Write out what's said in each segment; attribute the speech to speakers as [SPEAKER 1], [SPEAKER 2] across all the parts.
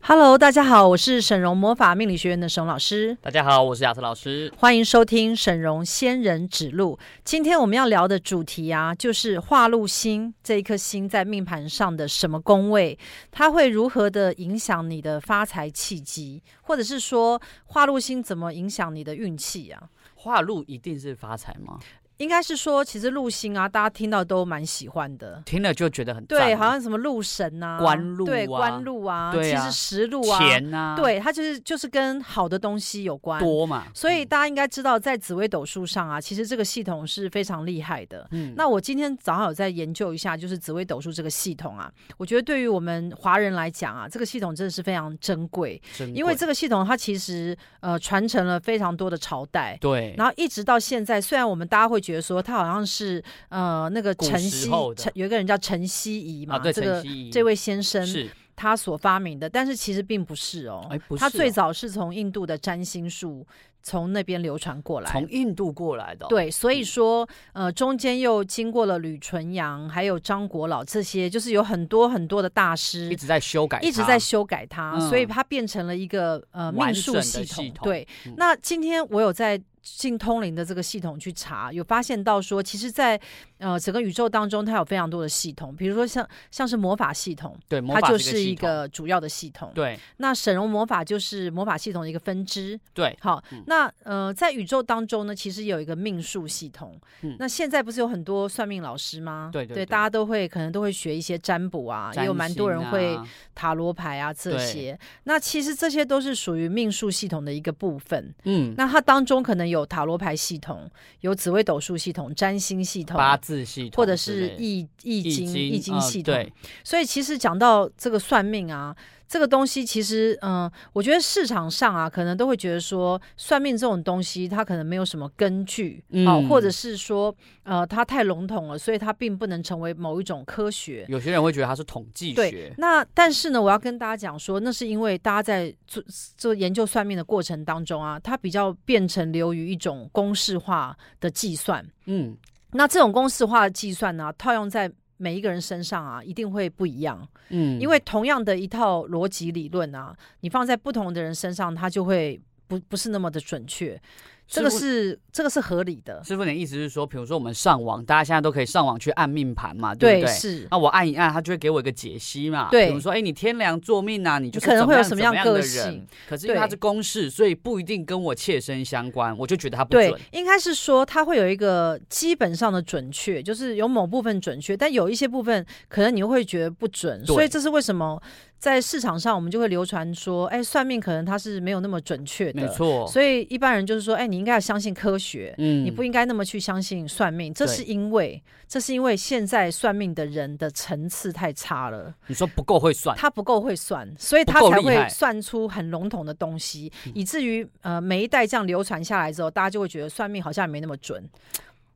[SPEAKER 1] Hello，大家好，我是沈荣魔法命理学院的沈荣老师，
[SPEAKER 2] 大家好，我是亚瑟老师。
[SPEAKER 1] 欢迎收听沈荣仙人指路。今天我们要聊的主题啊，就是化禄星这一颗星在命盘上的什么宫位，它会如何的影响你的发财契机，或者是说化禄星怎么影响你的运气啊？
[SPEAKER 2] 化禄一定是发财吗？
[SPEAKER 1] 应该是说，其实禄星啊，大家听到都蛮喜欢的。
[SPEAKER 2] 听了就觉得很赞
[SPEAKER 1] 对，好像什么禄神啊，
[SPEAKER 2] 官禄
[SPEAKER 1] 对
[SPEAKER 2] 啊
[SPEAKER 1] 官禄啊，
[SPEAKER 2] 对啊
[SPEAKER 1] 其实食禄啊，
[SPEAKER 2] 钱啊，，
[SPEAKER 1] 对，它就是就是跟好的东西有关。
[SPEAKER 2] 多嘛。
[SPEAKER 1] 所以大家应该知道，在紫微斗数上啊，其实这个系统是非常厉害的。
[SPEAKER 2] 嗯，
[SPEAKER 1] 那我今天早上有在研究一下，就是紫微斗数这个系统啊，我觉得对于我们华人来讲啊，这个系统真的是非常珍贵，
[SPEAKER 2] 珍贵
[SPEAKER 1] 因为这个系统它其实呃传承了非常多的朝代。
[SPEAKER 2] 对，
[SPEAKER 1] 然后一直到现在，虽然我们大家会觉得说它好像是呃那个
[SPEAKER 2] 古
[SPEAKER 1] 陈
[SPEAKER 2] 时
[SPEAKER 1] 希
[SPEAKER 2] 候的
[SPEAKER 1] 陈有一个人叫陈希仪嘛，
[SPEAKER 2] 啊，对，
[SPEAKER 1] 这
[SPEAKER 2] 陈
[SPEAKER 1] 个
[SPEAKER 2] 希怡
[SPEAKER 1] 这位先生
[SPEAKER 2] 是，
[SPEAKER 1] 他所发明的，但是其实并不是哦。
[SPEAKER 2] 哎，不是哦，
[SPEAKER 1] 它最早是从印度的占星术从那边流传过来。
[SPEAKER 2] 从印度过来的哦，
[SPEAKER 1] 对，所以说，呃，中间又经过了吕纯阳，还有张国老这些，就是有很多很多的大师
[SPEAKER 2] 一直在修改它，
[SPEAKER 1] 一直在修改它，
[SPEAKER 2] 嗯
[SPEAKER 1] 所以它变成了一个呃命
[SPEAKER 2] 完整
[SPEAKER 1] 数
[SPEAKER 2] 的
[SPEAKER 1] 系统。
[SPEAKER 2] 系统
[SPEAKER 1] 对，
[SPEAKER 2] 嗯
[SPEAKER 1] 那今天我有在进通灵的这个系统去查，有发现到说，其实在，呃整个宇宙当中，它有非常多的系统，比如说像像是魔法系统，
[SPEAKER 2] 对，魔
[SPEAKER 1] 它
[SPEAKER 2] 法
[SPEAKER 1] 就
[SPEAKER 2] 这
[SPEAKER 1] 是一
[SPEAKER 2] 系统
[SPEAKER 1] 个主要的系统。
[SPEAKER 2] 对
[SPEAKER 1] 那沈容魔法就是魔法系统的一个分支。
[SPEAKER 2] 对
[SPEAKER 1] 好，
[SPEAKER 2] 嗯
[SPEAKER 1] 那呃，在宇宙当中呢，其实有一个命数系统。
[SPEAKER 2] 嗯
[SPEAKER 1] 那现在不是有很多算命老师吗？
[SPEAKER 2] 对对对
[SPEAKER 1] 大家都会可能都会学一些占卜啊，也有蛮多人会
[SPEAKER 2] 占星啊
[SPEAKER 1] 塔罗牌啊这些。那其实这些都是属于命数系统的一个部分。
[SPEAKER 2] 嗯
[SPEAKER 1] 那它当中可能有塔罗牌系统，有紫微斗数系统、占星系统。
[SPEAKER 2] 八字系统
[SPEAKER 1] 或者
[SPEAKER 2] 之类
[SPEAKER 1] 是
[SPEAKER 2] 的
[SPEAKER 1] 易易经易
[SPEAKER 2] 易
[SPEAKER 1] 经系
[SPEAKER 2] 呃
[SPEAKER 1] 统，
[SPEAKER 2] 对
[SPEAKER 1] 所以其实讲到这个算命啊，这个东西其实，嗯、我觉得市场上啊，可能都会觉得说，算命这种东西它可能没有什么根据，好、
[SPEAKER 2] 嗯
[SPEAKER 1] 哦或者是说，呃，它太笼统了，所以它并不能成为某一种科学。
[SPEAKER 2] 有些人会觉得它是统计
[SPEAKER 1] 对
[SPEAKER 2] 学，，
[SPEAKER 1] 那但是呢，我要跟大家讲说，那是因为大家在做做研究算命的过程当中啊，它比较变成流于一种公式化的计算。
[SPEAKER 2] 嗯，
[SPEAKER 1] 那这种公式化的计算呢、套用在每一个人身上啊，一定会不一样。
[SPEAKER 2] 嗯，
[SPEAKER 1] 因为同样的一套逻辑理论啊，你放在不同的人身上，它就会不不是那么的准确。这个
[SPEAKER 2] 师傅
[SPEAKER 1] 是这个是合理的，
[SPEAKER 2] 师傅，你的意思是说，比如说我们上网，大家现在都可以上网去按命盘嘛，
[SPEAKER 1] 对，
[SPEAKER 2] 不对？哦
[SPEAKER 1] 是。
[SPEAKER 2] 那我按一按，他就会给我一个解析嘛。
[SPEAKER 1] 对
[SPEAKER 2] 比如说，哎，你天梁坐命啊，你就是
[SPEAKER 1] 可能会有
[SPEAKER 2] 怎
[SPEAKER 1] 什
[SPEAKER 2] 么
[SPEAKER 1] 么样
[SPEAKER 2] 样
[SPEAKER 1] 个
[SPEAKER 2] 怎么样的
[SPEAKER 1] 性
[SPEAKER 2] 人？？可是因为
[SPEAKER 1] 对
[SPEAKER 2] 它是公式，所以不一定跟我切身相关，我就觉得它不
[SPEAKER 1] 对
[SPEAKER 2] 准。，
[SPEAKER 1] 应该是说它会有一个基本上的准确，就是有某部分准确，但有一些部分可能你又会觉得不准，
[SPEAKER 2] 对
[SPEAKER 1] 所以这是为什么在市场上我们就会流传说，哎，算命可能它是没有那么准确的，
[SPEAKER 2] 没错，
[SPEAKER 1] 所以一般人就是说，哎，你应该要相信科学，
[SPEAKER 2] 嗯
[SPEAKER 1] 你不应该那么去相信算命，这
[SPEAKER 2] 对
[SPEAKER 1] 是因为这是因为现在算命的人的层次太差了，
[SPEAKER 2] 你说不够会算，
[SPEAKER 1] 他不够会算，所以他
[SPEAKER 2] 啊不够
[SPEAKER 1] 才
[SPEAKER 2] 厉害嗯
[SPEAKER 1] 会算出很笼统的东西，以至于呃每一代这样流传下来之后，大家就会觉得算命好像也没那么准。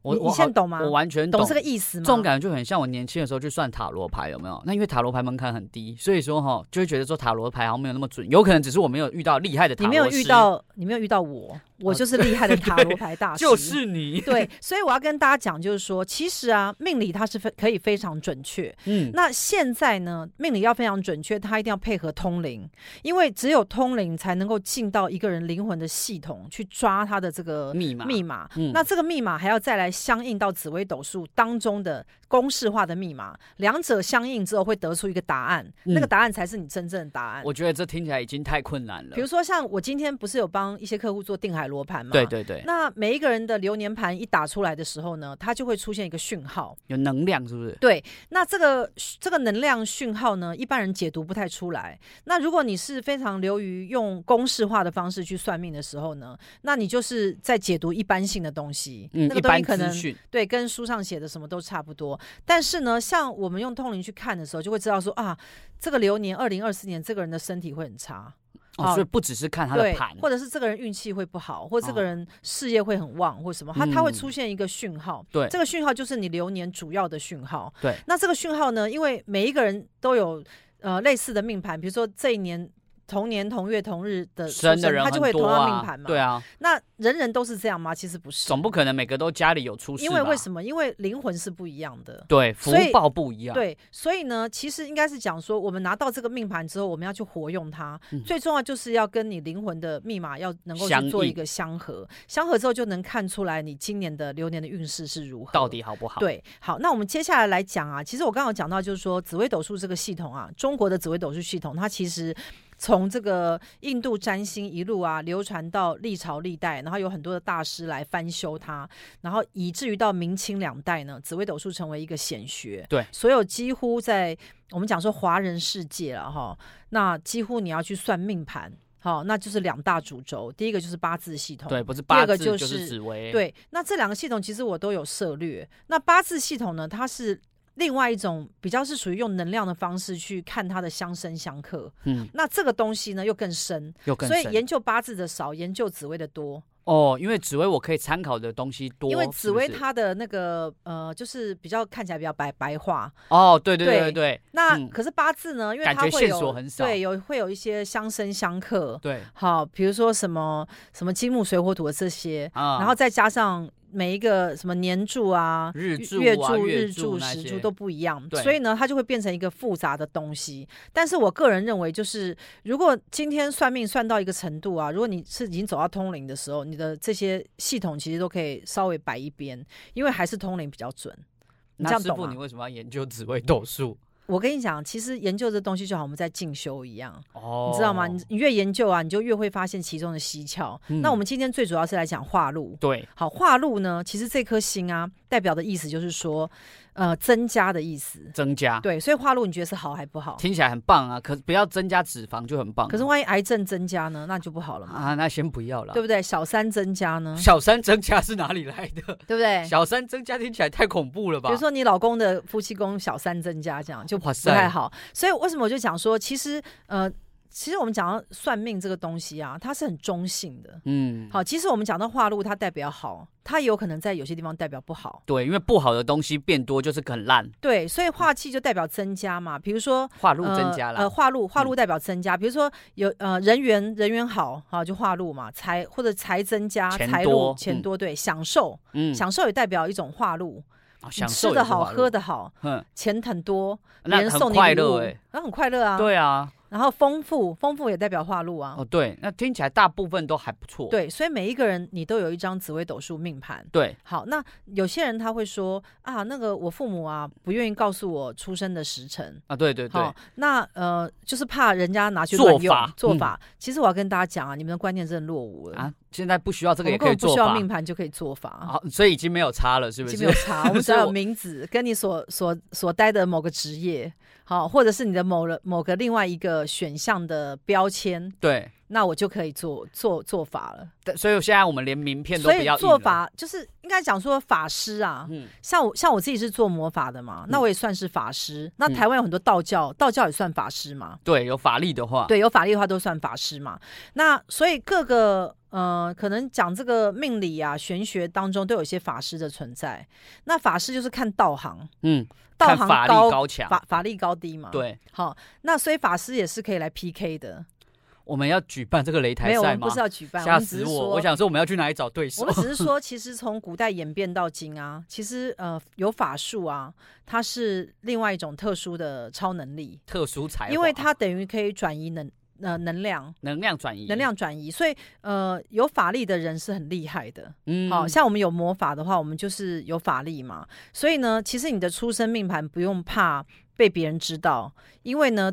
[SPEAKER 2] 我
[SPEAKER 1] 你
[SPEAKER 2] 我
[SPEAKER 1] 你现在懂吗
[SPEAKER 2] 好我完全
[SPEAKER 1] 懂这个意思吗？
[SPEAKER 2] 这种感觉就很像我年轻的时候去算塔罗牌，有没有？那因为塔罗牌门槛很低，所以说哈，就会觉得说塔罗牌好像没有那么准，有可能只是我没有遇到厉害的塔
[SPEAKER 1] 你
[SPEAKER 2] 罗
[SPEAKER 1] 没
[SPEAKER 2] 师。啊
[SPEAKER 1] 有遇，到，你没有遇到我，我就是厉害的塔罗牌大师。
[SPEAKER 2] 就是你。
[SPEAKER 1] 对，所以我要跟大家讲，就是说，其实啊，命理它是非可以非常准确，
[SPEAKER 2] 嗯，
[SPEAKER 1] 那现在呢，命理要非常准确，它一定要配合通灵，因为只有通灵才能够进到一个人灵魂的系统去抓他的这个
[SPEAKER 2] 密码
[SPEAKER 1] 密码。
[SPEAKER 2] 嗯
[SPEAKER 1] 那这个密码还要再来相应到紫微斗数当中的公式化的密码，两者相应之后会得出一个答案，
[SPEAKER 2] 嗯
[SPEAKER 1] 那个答案才是你真正的答案。
[SPEAKER 2] 我觉得这听起来已经太困难了
[SPEAKER 1] 比。如说，像我今天不是有帮一些客户做定海罗盘嘛？
[SPEAKER 2] 对。对对，
[SPEAKER 1] 那每一个人的流年盘一打出来的时候呢，它就会出现一个讯号，
[SPEAKER 2] 有能量是不是？
[SPEAKER 1] 对，那这个这个能量讯号呢，一般人解读不太出来。那如果你是非常流于用公式化的方式去算命的时候呢，那你就是在解读一般性的东西，
[SPEAKER 2] 嗯，
[SPEAKER 1] 那个
[SPEAKER 2] 一
[SPEAKER 1] 东西
[SPEAKER 2] 般
[SPEAKER 1] 可
[SPEAKER 2] 资
[SPEAKER 1] 能
[SPEAKER 2] 讯
[SPEAKER 1] 对跟书上写的什么都差不多。但是呢，像我们用通灵去看的时候，就会知道说啊，这个流年二零二四年这个人的身体会很差。
[SPEAKER 2] 哦，
[SPEAKER 1] 哦
[SPEAKER 2] 所以不只是看他的
[SPEAKER 1] 对
[SPEAKER 2] 盘，，
[SPEAKER 1] 或者是这个人运气会不好，或这个
[SPEAKER 2] 哦
[SPEAKER 1] 人事业会很旺，或什么，他他会
[SPEAKER 2] 嗯
[SPEAKER 1] 出现一个讯号。
[SPEAKER 2] 对
[SPEAKER 1] 这个讯号就是你流年主要的讯号。
[SPEAKER 2] 对，
[SPEAKER 1] 那这个讯号呢，因为每一个人都有呃类似的命盘，比如说这一年。同年同月同日的出
[SPEAKER 2] 生的人
[SPEAKER 1] 他就会
[SPEAKER 2] 很
[SPEAKER 1] 有
[SPEAKER 2] 多
[SPEAKER 1] 同样命
[SPEAKER 2] 啊
[SPEAKER 1] 盘，嘛。
[SPEAKER 2] 对啊，
[SPEAKER 1] 那人人都是这样吗？其实不是，
[SPEAKER 2] 总不可能每个都家里有出事
[SPEAKER 1] 因
[SPEAKER 2] 吧，
[SPEAKER 1] 为为什么？因为灵魂是不一样的。
[SPEAKER 2] 对福
[SPEAKER 1] 所以
[SPEAKER 2] 报不一样，
[SPEAKER 1] 对，所以呢，其实应该是讲说，我们拿到这个命盘之后，我们要去活用它。
[SPEAKER 2] 嗯
[SPEAKER 1] 最重要就是要跟你灵魂的密码要能够
[SPEAKER 2] 相
[SPEAKER 1] 去做一
[SPEAKER 2] 应
[SPEAKER 1] 个相合，相合之后就能看出来你今年的流年的运势是如何。
[SPEAKER 2] 到底好不好？，
[SPEAKER 1] 对，好，那我们接下来来讲啊，其实我刚刚有讲到，就是说紫微斗数这个系统啊，中国的紫微斗数系统，它其实从这个印度占星一路啊流传到历朝历代，然后有很多的大师来翻修它，然后以至于到明清两代呢，紫微斗数成为一个显学。
[SPEAKER 2] 对
[SPEAKER 1] 所有几乎在我们讲说华人世界了哈，那几乎你要去算命盘，好，那就是两大主轴，第一个就是八字系统，
[SPEAKER 2] 对，不是
[SPEAKER 1] 哦第
[SPEAKER 2] 八
[SPEAKER 1] 二个
[SPEAKER 2] 字
[SPEAKER 1] 就是是
[SPEAKER 2] 紫薇，，
[SPEAKER 1] 对，那这两个系统其实我都有涉略。那八字系统呢，它是另外一种比较是属于用能量的方式去看它的相生相克。
[SPEAKER 2] 嗯，
[SPEAKER 1] 那这个东西呢又更深，
[SPEAKER 2] 又更
[SPEAKER 1] 所以
[SPEAKER 2] 深
[SPEAKER 1] 研究八字的少，研究紫薇的多，
[SPEAKER 2] 哦，因为紫薇我可以参考的东西多，
[SPEAKER 1] 因为
[SPEAKER 2] 是
[SPEAKER 1] 紫
[SPEAKER 2] 不
[SPEAKER 1] 薇
[SPEAKER 2] 是
[SPEAKER 1] 它的那个呃，就是比较看起来比较白白话。
[SPEAKER 2] 哦，对对
[SPEAKER 1] 对
[SPEAKER 2] 对对
[SPEAKER 1] 那
[SPEAKER 2] 嗯
[SPEAKER 1] 可是八字呢，因为
[SPEAKER 2] 感
[SPEAKER 1] 它
[SPEAKER 2] 觉
[SPEAKER 1] 会
[SPEAKER 2] 线
[SPEAKER 1] 有
[SPEAKER 2] 索很少
[SPEAKER 1] 对，有会有一些相生相克。
[SPEAKER 2] 对
[SPEAKER 1] 好，比如说什么什么金木水火土的这些，
[SPEAKER 2] 啊，
[SPEAKER 1] 然后再加上每一个什么年柱啊、
[SPEAKER 2] 日柱
[SPEAKER 1] 月
[SPEAKER 2] 啊
[SPEAKER 1] 柱、
[SPEAKER 2] 月
[SPEAKER 1] 日
[SPEAKER 2] 柱
[SPEAKER 1] 柱、
[SPEAKER 2] 那
[SPEAKER 1] 时
[SPEAKER 2] 些
[SPEAKER 1] 柱都不一样，
[SPEAKER 2] 对
[SPEAKER 1] 所以呢，它就会变成一个复杂的东西。但是我个人认为，就是如果今天算命算到一个程度啊，如果你是已经走到通灵的时候，你的这些系统其实都可以稍微摆一边，因为还是通灵比较准。你这
[SPEAKER 2] 那
[SPEAKER 1] 样
[SPEAKER 2] 师
[SPEAKER 1] 懂啊
[SPEAKER 2] 傅你
[SPEAKER 1] 吗？
[SPEAKER 2] 为什么要研究紫薇斗数？
[SPEAKER 1] 我跟你讲，其实研究这东西就好，我们在进修一样，
[SPEAKER 2] 哦，
[SPEAKER 1] 你知道吗？你你越研究啊，你就越会发现其中的蹊跷。那
[SPEAKER 2] 嗯
[SPEAKER 1] 我们今天最主要是来讲化禄，
[SPEAKER 2] 对
[SPEAKER 1] 好，化禄呢，其实这颗星啊，代表的意思就是说，呃，增加的意思。
[SPEAKER 2] 增加，
[SPEAKER 1] 对，所以化禄你觉得是好还不好？
[SPEAKER 2] 听起来很棒啊，可不要增加脂肪就很棒啊。
[SPEAKER 1] 可是万一癌症增加呢，那就不好了嘛，
[SPEAKER 2] 啊，那先不要了
[SPEAKER 1] 对。不对？小三增加呢，
[SPEAKER 2] 小三增加是哪里来的？
[SPEAKER 1] 对不对？
[SPEAKER 2] 小三增加听起来太恐怖了吧？
[SPEAKER 1] 比如说你老公的夫妻宫小三增加，这样就
[SPEAKER 2] 哇
[SPEAKER 1] 不
[SPEAKER 2] 塞
[SPEAKER 1] 太好。所以为什么我就讲说，其实呃，其实我们讲到算命这个东西啊，它是很中性的。
[SPEAKER 2] 嗯，
[SPEAKER 1] 好，其实我们讲到化禄，它代表好，它也有可能在有些地方代表不好。
[SPEAKER 2] 对，因为不好的东西变多就是很烂，
[SPEAKER 1] 对，所以化气就代表增加嘛，比如说
[SPEAKER 2] 化禄增加嗯了。
[SPEAKER 1] 呃，呃化禄化禄代表增加，比如说有呃人缘人缘好哈、就化禄嘛，财或者财增加，
[SPEAKER 2] 钱
[SPEAKER 1] 财
[SPEAKER 2] 多
[SPEAKER 1] 禄钱
[SPEAKER 2] 嗯
[SPEAKER 1] 多，对，享受、
[SPEAKER 2] 嗯，
[SPEAKER 1] 享受也代表一种化禄，
[SPEAKER 2] 啊
[SPEAKER 1] 你
[SPEAKER 2] 享受
[SPEAKER 1] 吃
[SPEAKER 2] 也
[SPEAKER 1] 的
[SPEAKER 2] 是
[SPEAKER 1] 好，
[SPEAKER 2] 化禄
[SPEAKER 1] 喝，的好，
[SPEAKER 2] 嗯，
[SPEAKER 1] 钱很多，别
[SPEAKER 2] 那
[SPEAKER 1] 人
[SPEAKER 2] 很
[SPEAKER 1] 送你
[SPEAKER 2] 快
[SPEAKER 1] 礼物
[SPEAKER 2] 乐哎。，
[SPEAKER 1] 那很快乐啊，，
[SPEAKER 2] 对啊，
[SPEAKER 1] 然后丰富丰富也代表化禄啊。
[SPEAKER 2] 哦对，那听起来大部分都还不错。
[SPEAKER 1] 对，所以每一个人你都有一张紫微斗数命盘。
[SPEAKER 2] 对，
[SPEAKER 1] 好，那有些人他会说啊，那个我父母啊不愿意告诉我出生的时辰，
[SPEAKER 2] 啊对对对
[SPEAKER 1] 好，，那呃，就是怕人家拿去
[SPEAKER 2] 做
[SPEAKER 1] 乱用
[SPEAKER 2] 法
[SPEAKER 1] 做
[SPEAKER 2] 嗯
[SPEAKER 1] 法。其实我要跟大家讲啊，你们的观念真的落伍了。
[SPEAKER 2] 啊，现在不需要这
[SPEAKER 1] 我
[SPEAKER 2] 个
[SPEAKER 1] 们
[SPEAKER 2] 也
[SPEAKER 1] 根
[SPEAKER 2] 可以
[SPEAKER 1] 本不
[SPEAKER 2] 做
[SPEAKER 1] 需要
[SPEAKER 2] 法
[SPEAKER 1] 命，盘就可以做法，
[SPEAKER 2] 好，所以已经没有差了，是
[SPEAKER 1] 已
[SPEAKER 2] 不
[SPEAKER 1] 经
[SPEAKER 2] 是
[SPEAKER 1] 没有？差。 我们只
[SPEAKER 2] 所以
[SPEAKER 1] 要
[SPEAKER 2] 我
[SPEAKER 1] 有名字，跟你所所所待的某个职业，好，或者是你的某了某个另外一个选项的标签，
[SPEAKER 2] 对，
[SPEAKER 1] 那我就可以做做做法了。
[SPEAKER 2] 但所以现在我们连名片都
[SPEAKER 1] 所
[SPEAKER 2] 不
[SPEAKER 1] 以
[SPEAKER 2] 要印
[SPEAKER 1] 做
[SPEAKER 2] 了，
[SPEAKER 1] 法就是应该讲说法师啊，
[SPEAKER 2] 嗯，
[SPEAKER 1] 像我像我自己是做魔法的嘛，那
[SPEAKER 2] 嗯
[SPEAKER 1] 我也算是法师。那
[SPEAKER 2] 嗯
[SPEAKER 1] 台湾有很多道教，道教也算法师嘛。
[SPEAKER 2] 对，有法力的话，
[SPEAKER 1] 对，有法律的话都算法师嘛。那所以各个呃，可能讲这个命理啊、玄学当中都有一些法师的存在。那法师就是看道行，
[SPEAKER 2] 嗯，
[SPEAKER 1] 道
[SPEAKER 2] 看
[SPEAKER 1] 行
[SPEAKER 2] 法力
[SPEAKER 1] 高
[SPEAKER 2] 高强，
[SPEAKER 1] 法嗯法力高低嘛。，
[SPEAKER 2] 对，
[SPEAKER 1] 好，那所以法师也是可以来 PK 的。
[SPEAKER 2] 我们要举办这个擂
[SPEAKER 1] 没
[SPEAKER 2] 台
[SPEAKER 1] 有，我
[SPEAKER 2] 赛
[SPEAKER 1] 们
[SPEAKER 2] 吗
[SPEAKER 1] 不是？要举办，我
[SPEAKER 2] 吓
[SPEAKER 1] 们只
[SPEAKER 2] 死
[SPEAKER 1] 是
[SPEAKER 2] 我！
[SPEAKER 1] 说，
[SPEAKER 2] 我想说我们要去哪里找对
[SPEAKER 1] 我
[SPEAKER 2] 手
[SPEAKER 1] 们？只是说，其实从古代演变到今啊，其实呃，有法术啊，它是另外一种特殊的超能力，
[SPEAKER 2] 特殊才华，
[SPEAKER 1] 因为它等于可以转移能呃能量。
[SPEAKER 2] 能量转移，
[SPEAKER 1] 能量转移，所以呃，有法力的人是很厉害的。
[SPEAKER 2] 嗯
[SPEAKER 1] 好、像我们有魔法的话，我们就是有法力嘛。所以呢，其实你的出生命盘不用怕被别人知道，因为呢，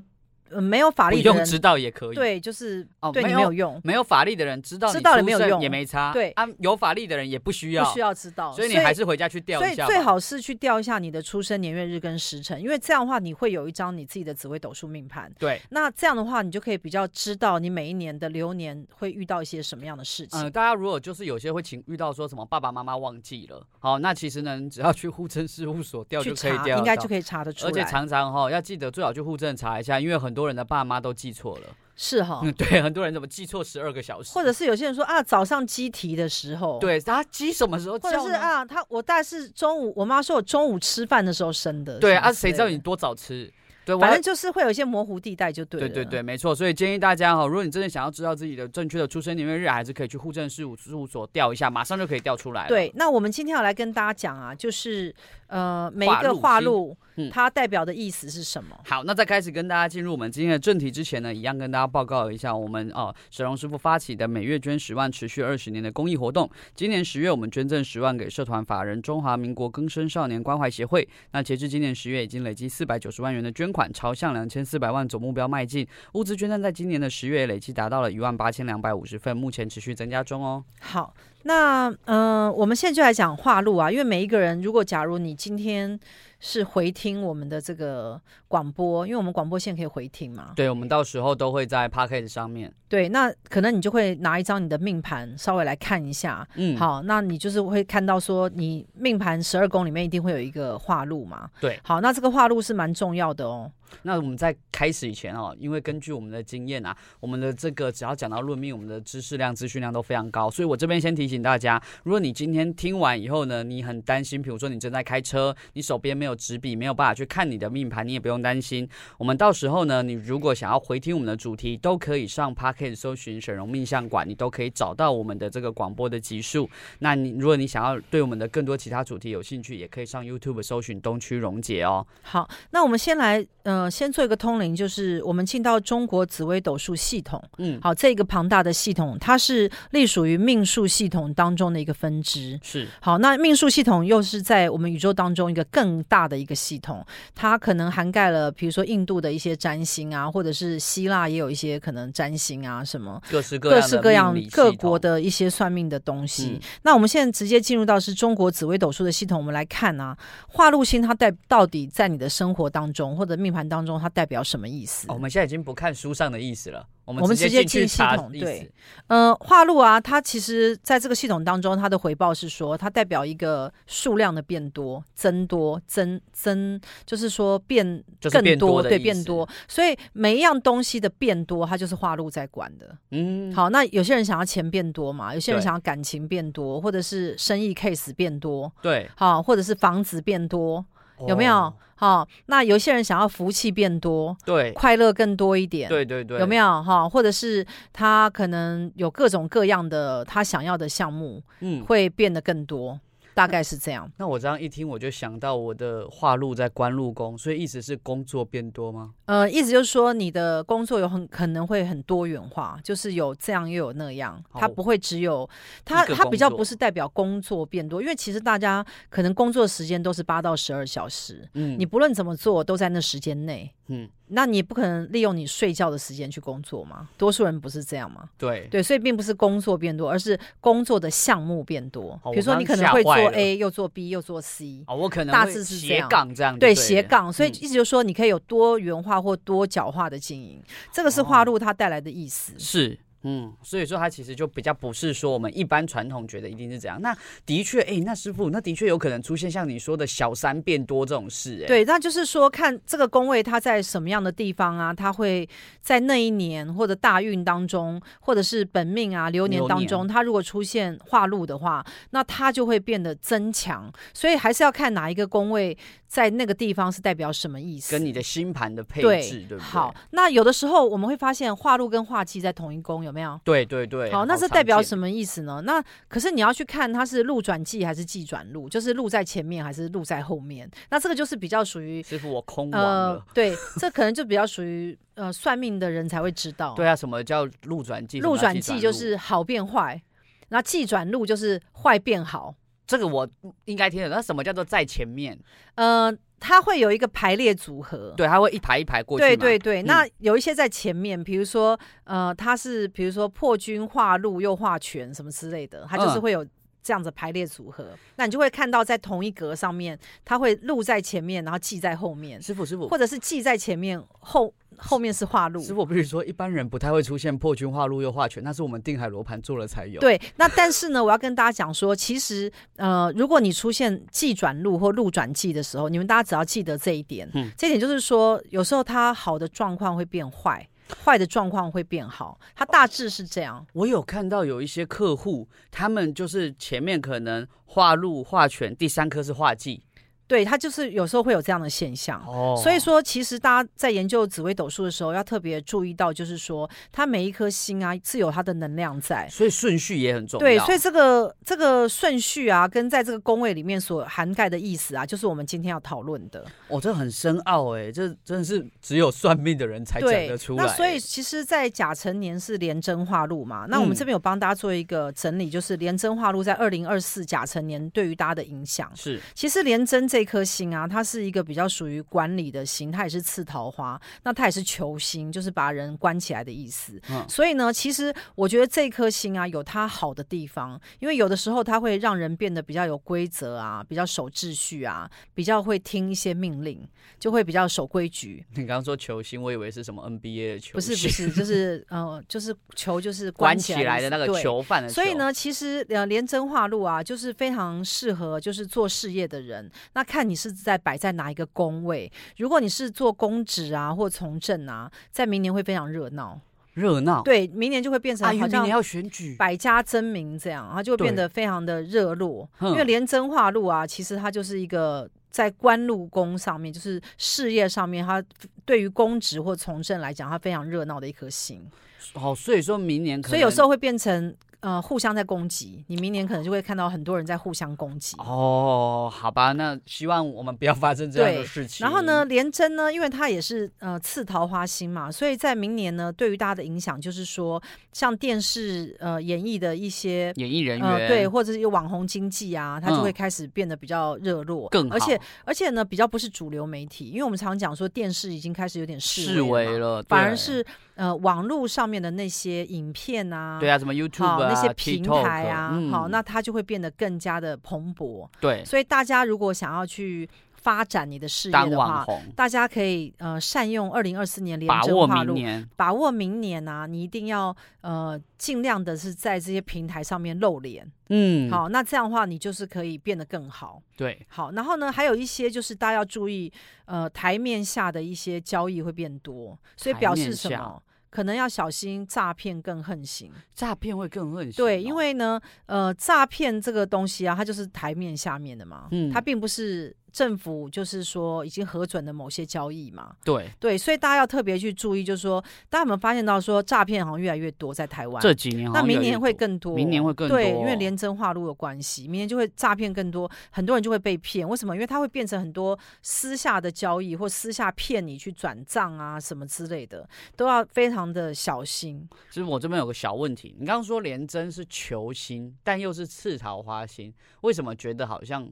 [SPEAKER 1] 呃、没有法
[SPEAKER 2] 不
[SPEAKER 1] 力的
[SPEAKER 2] 用
[SPEAKER 1] 人
[SPEAKER 2] 知道也可以，，
[SPEAKER 1] 对，就是
[SPEAKER 2] 哦
[SPEAKER 1] 对
[SPEAKER 2] 没
[SPEAKER 1] 你
[SPEAKER 2] 有
[SPEAKER 1] 没有用，
[SPEAKER 2] 没有法力的人知道你
[SPEAKER 1] 知道了
[SPEAKER 2] 出
[SPEAKER 1] 没有
[SPEAKER 2] 生
[SPEAKER 1] 用
[SPEAKER 2] 也没差，
[SPEAKER 1] 对
[SPEAKER 2] 啊，有法力的人也不需
[SPEAKER 1] 不
[SPEAKER 2] 要，
[SPEAKER 1] 需要知道。
[SPEAKER 2] 所以你还是回家去调
[SPEAKER 1] 所
[SPEAKER 2] 一
[SPEAKER 1] 以
[SPEAKER 2] 下吧，
[SPEAKER 1] 最好是去调一下你的出生年月日跟时辰，因为这样的话你会有一张你自己的紫微斗数命盘。
[SPEAKER 2] 对。
[SPEAKER 1] 那这样的话，你就可以比较知道你每一年的流年会遇到一些什么样的事情。
[SPEAKER 2] 嗯、大家如果就是有些会请遇到说什么爸爸妈妈忘记了，好，那其实呢，你只要去户政事务所调
[SPEAKER 1] 去
[SPEAKER 2] 就可以
[SPEAKER 1] 查
[SPEAKER 2] 调，
[SPEAKER 1] 应该就可以查得出
[SPEAKER 2] 而且
[SPEAKER 1] 来。
[SPEAKER 2] 常常哈、要记得最好去户政查一下，因为很多人的爸妈都记错了。
[SPEAKER 1] 是哈、
[SPEAKER 2] 嗯，对，很多人怎么记错十二个小时，
[SPEAKER 1] 哦或者是有些人说啊，早上鸡啼的时候，，
[SPEAKER 2] 对他鸡什么时候
[SPEAKER 1] 或者
[SPEAKER 2] 叫
[SPEAKER 1] 是
[SPEAKER 2] 呢？
[SPEAKER 1] 啊，他我大概是中午，我妈说我中午吃饭的时候生的，
[SPEAKER 2] 对
[SPEAKER 1] 什么
[SPEAKER 2] 啊，
[SPEAKER 1] 之
[SPEAKER 2] 谁
[SPEAKER 1] 类
[SPEAKER 2] 知道
[SPEAKER 1] 的
[SPEAKER 2] 你多早吃？对，我
[SPEAKER 1] 反
[SPEAKER 2] 要
[SPEAKER 1] 正就是会有一些模糊地带就对了。啊
[SPEAKER 2] 对对对，没错。所以建议大家哈，如果你真的想要知道自己的正确的出生年月日，还是可以去户政事务事务所调一下，马上就可以调出来了。
[SPEAKER 1] 对，，那我们今天要来跟大家讲啊，就是呃，每一
[SPEAKER 2] 画
[SPEAKER 1] 个
[SPEAKER 2] 路
[SPEAKER 1] 画
[SPEAKER 2] 星
[SPEAKER 1] 路
[SPEAKER 2] 嗯
[SPEAKER 1] 它代表的意思是什么？
[SPEAKER 2] 好，那在开始跟大家进入我们今天的正题之前呢，一样跟大家报告一下我们哦沈荣师傅发起的每月捐十万、持续二十年的公益活动。今年十月，我们捐赠十万给社团法人中华民国更生少年关怀协会。那截至今年十月，已经累积四百九十万元的捐款，朝向两千四百万总目标迈进。物资捐赠在今年的十月累计达到了一万八千两百五十份，目前持续增加中哦。
[SPEAKER 1] 好，那嗯、呃我们现在就来讲话路啊，因为每一个人，如果假如你今天是回听我们的这个广播，因为我们广播线可以回听嘛，
[SPEAKER 2] 对，我们到时候都会在 p a c k a g e 上面。
[SPEAKER 1] 对，那可能你就会拿一张你的命盘稍微来看一下。
[SPEAKER 2] 嗯，，
[SPEAKER 1] 好，那你就是会看到说，你命盘十二宫里面一定会有一个化路嘛？
[SPEAKER 2] 对
[SPEAKER 1] 好，那这个化路是蛮重要的哦。
[SPEAKER 2] 那我们在开始以前哦，因为根据我们的经验啊，我们的这个只要讲到论命，我们的知识量、资讯量都非常高，所以我这边先提醒大家，如果你今天听完以后呢，你很担心，比如说你正在开车，你手边没有纸笔，没有办法去看你的命盘，你也不用担心。我们到时候呢，你如果想要回听我们的主题，都可以上 p a c k e t 搜寻沈荣命相馆，你都可以找到我们的这个广播的集数。那你如果你想要对我们的更多其他主题有兴趣，也可以上 YouTube 搜寻东区荣姐哦。
[SPEAKER 1] 好，那我们先来，呃，先做一个通灵，就是我们进到中国紫微斗数系统。
[SPEAKER 2] 嗯，
[SPEAKER 1] 好，这个庞大的系统，它是隶属于命数系统当中的一个分支。
[SPEAKER 2] 是。
[SPEAKER 1] 好，那命数系统又是在我们宇宙当中一个更大的一个系统，它可能涵盖了，比如说印度的一些占星啊，或者是希腊也有一些可能占星啊什么。
[SPEAKER 2] 各式各
[SPEAKER 1] 各
[SPEAKER 2] 样的
[SPEAKER 1] 式各样
[SPEAKER 2] 命理系
[SPEAKER 1] 各国
[SPEAKER 2] 统
[SPEAKER 1] 的一些算命的东西
[SPEAKER 2] 嗯，
[SPEAKER 1] 那我们现在直接进入到是中国紫微斗数的系统，我们来看啊，化禄星它代到底在你的生活当中或者命盘当中它代表什么意思？
[SPEAKER 2] 哦我们现在已经不看书上的意思了，我们
[SPEAKER 1] 我们直接
[SPEAKER 2] 进去
[SPEAKER 1] 进系
[SPEAKER 2] 查
[SPEAKER 1] 统
[SPEAKER 2] 意
[SPEAKER 1] 对
[SPEAKER 2] 思，
[SPEAKER 1] 呃，化禄啊，它其实在这个系统当中，它的回报是说，它代表一个数量的变多、增多、增增，就是说变
[SPEAKER 2] 就是
[SPEAKER 1] 更
[SPEAKER 2] 变多的
[SPEAKER 1] 对，
[SPEAKER 2] 意
[SPEAKER 1] 变
[SPEAKER 2] 思
[SPEAKER 1] 多。所以每一样东西的变多，它就是化禄在管的。
[SPEAKER 2] 嗯，
[SPEAKER 1] 好，那有些人想要钱变多嘛，有些人
[SPEAKER 2] 对
[SPEAKER 1] 想要感情变多，或者是生意 case 变多，
[SPEAKER 2] 对，
[SPEAKER 1] 好、或者是房子变多，有没有
[SPEAKER 2] 哦？
[SPEAKER 1] 好、那有些人想要福气变多，
[SPEAKER 2] 对，
[SPEAKER 1] 快乐更多一点。
[SPEAKER 2] 对对对，
[SPEAKER 1] 有没有哈？或者是他可能有各种各样的他想要的项目，
[SPEAKER 2] 嗯，
[SPEAKER 1] 会变得更多，大概是这样。
[SPEAKER 2] 那我这样一听，我就想到我的话路在官禄宫，所以意思是工作变多吗？
[SPEAKER 1] 呃，意思就是说，你的工作有很可能会很多元化，就是有这样又有那样，它
[SPEAKER 2] 哦
[SPEAKER 1] 不会只有它
[SPEAKER 2] 一个
[SPEAKER 1] 它比较
[SPEAKER 2] 工作
[SPEAKER 1] 不是代表工作变多，因为其实大家可能工作时间都是八到十二小时，
[SPEAKER 2] 嗯，
[SPEAKER 1] 你不论怎么做都在那时间内，
[SPEAKER 2] 嗯，
[SPEAKER 1] 那你也不可能利用你睡觉的时间去工作嘛？多数人不是这样吗？
[SPEAKER 2] 对
[SPEAKER 1] 对，所以并不是工作变多，而是工作的项目变多
[SPEAKER 2] 好。
[SPEAKER 1] 比如说，
[SPEAKER 2] 哦我刚
[SPEAKER 1] 你可能会
[SPEAKER 2] 吓
[SPEAKER 1] 做
[SPEAKER 2] 坏了
[SPEAKER 1] A，又做 B，又做 C，
[SPEAKER 2] 哦，我可能
[SPEAKER 1] 大
[SPEAKER 2] 会
[SPEAKER 1] 致是这
[SPEAKER 2] 斜
[SPEAKER 1] 样
[SPEAKER 2] 杠这样就
[SPEAKER 1] 对
[SPEAKER 2] 对
[SPEAKER 1] 斜
[SPEAKER 2] 了
[SPEAKER 1] 杠。所以
[SPEAKER 2] 嗯
[SPEAKER 1] 意思就是说，你可以有多元化或多角化的经营，这个是
[SPEAKER 2] 哦
[SPEAKER 1] 化路它带来的意思。
[SPEAKER 2] 是。嗯，所以说它其实就比较不是说我们一般传统觉得一定是这样。那的确，哎、那师傅，那的确有可能出现像你说的小三变多这种事、诶
[SPEAKER 1] 对，那就是说，看这个宫位它在什么样的地方啊，它会在那一年或者大运当中，或者是本命啊流年
[SPEAKER 2] 流
[SPEAKER 1] 当
[SPEAKER 2] 年
[SPEAKER 1] 中，它如果出现化禄的话，那它就会变得增强。所以还是要看哪一个宫位在那个地方是代表什么意思，
[SPEAKER 2] 跟你的星盘的配置，对不对？
[SPEAKER 1] 好，，那有的时候我们会发现化禄跟化忌在同一宫，有没有？
[SPEAKER 2] 对对对。
[SPEAKER 1] 好，那这代表
[SPEAKER 2] 么？
[SPEAKER 1] 什么意思呢？那可是你要去看它是路转忌还是忌转路，就是路在前面还是路在后面？那这个就是比较属于
[SPEAKER 2] 师傅，我空亡
[SPEAKER 1] 呃
[SPEAKER 2] 了。，
[SPEAKER 1] 对，这可能就比较属于呃算命的人才会知道。
[SPEAKER 2] 对啊，什么叫路转记？
[SPEAKER 1] 路
[SPEAKER 2] 什么
[SPEAKER 1] 转
[SPEAKER 2] 叫
[SPEAKER 1] 忌
[SPEAKER 2] 记
[SPEAKER 1] 就是好变坏，那忌转路就是坏变好。
[SPEAKER 2] 这个我应该听得懂。那什么叫做在前面？
[SPEAKER 1] 呃，它会有一个排列组合。
[SPEAKER 2] 对，它会一排一排过去嘛。
[SPEAKER 1] 对对对，
[SPEAKER 2] 嗯
[SPEAKER 1] 那有一些在前面，比如说呃，它是比如说破军化禄又化权什么之类的，它就是
[SPEAKER 2] 嗯
[SPEAKER 1] 会有这样子排列组合。那你就会看到在同一格上面，它会禄在前面，然后忌在后面，
[SPEAKER 2] 师傅师傅
[SPEAKER 1] 或者是忌在前面，后后面是化禄。
[SPEAKER 2] 师傅，我必须说，一般人不太会出现破军化路又化权，那是我们定海罗盘做了才有。，
[SPEAKER 1] 对，那但是呢，我要跟大家讲说，其实呃，如果你出现季转路或路转季的时候，你们大家只要记得这一点，
[SPEAKER 2] 嗯
[SPEAKER 1] 这一点就是说，有时候它好的状况会变坏，坏的状况会变好，它大致是这样。
[SPEAKER 2] 我有看到有一些客户，他们就是前面可能化路化权，第三颗是化忌，
[SPEAKER 1] 对，它就是有时候会有这样的现象。
[SPEAKER 2] 哦
[SPEAKER 1] 所以说，其实大家在研究紫微斗数的时候，要特别注意到，就是说它每一颗星啊是有它的能量在。
[SPEAKER 2] 所以顺序也很重要。
[SPEAKER 1] 对，所以这个这个顺序啊，跟在这个宫位里面所涵盖的意思啊，就是我们今天要讨论的。
[SPEAKER 2] 哦，这很深奥
[SPEAKER 1] 欸
[SPEAKER 2] 哎，这真的是只有算命的人才讲
[SPEAKER 1] 对
[SPEAKER 2] 得出，来
[SPEAKER 1] 那
[SPEAKER 2] 欸。
[SPEAKER 1] 所以其实，在甲辰年是廉贞化禄嘛，那我们
[SPEAKER 2] 嗯
[SPEAKER 1] 这边有帮大家做一个整理，就是廉贞化禄在二零二四甲辰年对于大家的影响。
[SPEAKER 2] 是
[SPEAKER 1] 其实廉贞这颗星啊，它是一个比较属于管理的星，它也是刺桃花，那它也是囚星，就是把人关起来的意思。
[SPEAKER 2] 嗯
[SPEAKER 1] 所以呢，其实我觉得这颗星啊，有它好的地方，因为有的时候它会让人变得比较有规则啊，比较守秩序啊，比较会听一些命令，就会比较守规矩。
[SPEAKER 2] 你刚刚说球星，我以为是什么 NBA 的球
[SPEAKER 1] 不是
[SPEAKER 2] 星，
[SPEAKER 1] 不是， 就是呃，就是球就是
[SPEAKER 2] 关
[SPEAKER 1] 起
[SPEAKER 2] 起来的
[SPEAKER 1] 意思
[SPEAKER 2] 那个
[SPEAKER 1] 对
[SPEAKER 2] 囚犯的球。
[SPEAKER 1] 所以，呢，其实呃，廉贞化禄啊，就是非常适合就是做事业的人。那看你是在摆在哪一个宫位，如果你是做公职啊或从政啊，在明年会非常热闹。
[SPEAKER 2] 热闹。
[SPEAKER 1] 对，明年就会变成
[SPEAKER 2] 啊，因
[SPEAKER 1] 好
[SPEAKER 2] 为明
[SPEAKER 1] 像
[SPEAKER 2] 年要选举，
[SPEAKER 1] 百家争鸣这样，它就会变
[SPEAKER 2] 对
[SPEAKER 1] 得非常的热络。
[SPEAKER 2] 嗯
[SPEAKER 1] 因为廉贞化禄啊，其实它就是一个。在官禄宫上面，就是事业上面，它对于公职或从政来讲，它非常热闹的一颗星。
[SPEAKER 2] 哦，所以说明年可能，
[SPEAKER 1] 所以有时
[SPEAKER 2] 候
[SPEAKER 1] 候会变成呃互相在攻击，你明年可能就会看到很多人在互相攻击。
[SPEAKER 2] 哦，好吧，那希望我们不要发生这样的
[SPEAKER 1] 对
[SPEAKER 2] 事情。
[SPEAKER 1] 然后呢，，廉贞呢，因为它也是呃次桃花星嘛，所以在明年呢，对于大家的影响就是说，像电视呃演艺的一些
[SPEAKER 2] 演艺人员、
[SPEAKER 1] 呃对，或者是有网红经济啊，它就会
[SPEAKER 2] 嗯
[SPEAKER 1] 开始变得比较热络，
[SPEAKER 2] 更好
[SPEAKER 1] 而且而且呢，比较不是主流媒体，因为我们常讲说电视已经开始有点
[SPEAKER 2] 示
[SPEAKER 1] 威
[SPEAKER 2] 威
[SPEAKER 1] 了嘛，
[SPEAKER 2] 了，
[SPEAKER 1] 反
[SPEAKER 2] 对
[SPEAKER 1] 而是呃网络上面的那些影片啊，
[SPEAKER 2] 对啊，什么 YouTube
[SPEAKER 1] 好
[SPEAKER 2] 啊、
[SPEAKER 1] 那些平
[SPEAKER 2] TikTok
[SPEAKER 1] 台啊，
[SPEAKER 2] 嗯
[SPEAKER 1] 好，那它就会变得更加的蓬勃。
[SPEAKER 2] 对
[SPEAKER 1] 所以大家如果想要去发展你的事
[SPEAKER 2] 当
[SPEAKER 1] 业的
[SPEAKER 2] 网
[SPEAKER 1] 话，
[SPEAKER 2] 红，
[SPEAKER 1] 大家可以呃善用二零二四年廉
[SPEAKER 2] 把
[SPEAKER 1] 政
[SPEAKER 2] 握
[SPEAKER 1] 化
[SPEAKER 2] 明
[SPEAKER 1] 路，
[SPEAKER 2] 年。
[SPEAKER 1] 把握明年啊，你一定要呃尽量的是在这些平台上面露脸。
[SPEAKER 2] 嗯，，
[SPEAKER 1] 好，那这样的话你就是可以变得更好。
[SPEAKER 2] 对，
[SPEAKER 1] 好，然后呢，还有一些就是大家要注意，呃，台面下的一些交易会变多，所以
[SPEAKER 2] 台
[SPEAKER 1] 表
[SPEAKER 2] 面
[SPEAKER 1] 示什
[SPEAKER 2] 下
[SPEAKER 1] 么？可能要小心诈骗更横行。
[SPEAKER 2] 诈骗会更恶哦
[SPEAKER 1] 对，因为呢，呃，诈骗这个东西啊，它就是台面下面的嘛，
[SPEAKER 2] 嗯
[SPEAKER 1] 它并不是政府就是说已经核准的某些交易嘛，
[SPEAKER 2] 对
[SPEAKER 1] 对，所以大家要特别去注意，就是说，大家有没有发现到说诈骗好像越来越多在台湾？
[SPEAKER 2] 这几年好
[SPEAKER 1] 那
[SPEAKER 2] 像越
[SPEAKER 1] 明
[SPEAKER 2] 来越
[SPEAKER 1] 年会
[SPEAKER 2] 多
[SPEAKER 1] 更多，
[SPEAKER 2] 明年会更
[SPEAKER 1] 对，
[SPEAKER 2] 多哦
[SPEAKER 1] 因为廉贞化禄有关系，明年就会诈骗更多，很多人就会被骗。为什么？因为它会变成很多私下的交易或私下骗你去转账啊什么之类的，都要非常的小心。
[SPEAKER 2] 其实我这边有个小问题，你刚刚说廉贞是球星，但又是刺桃花星，为什么觉得好像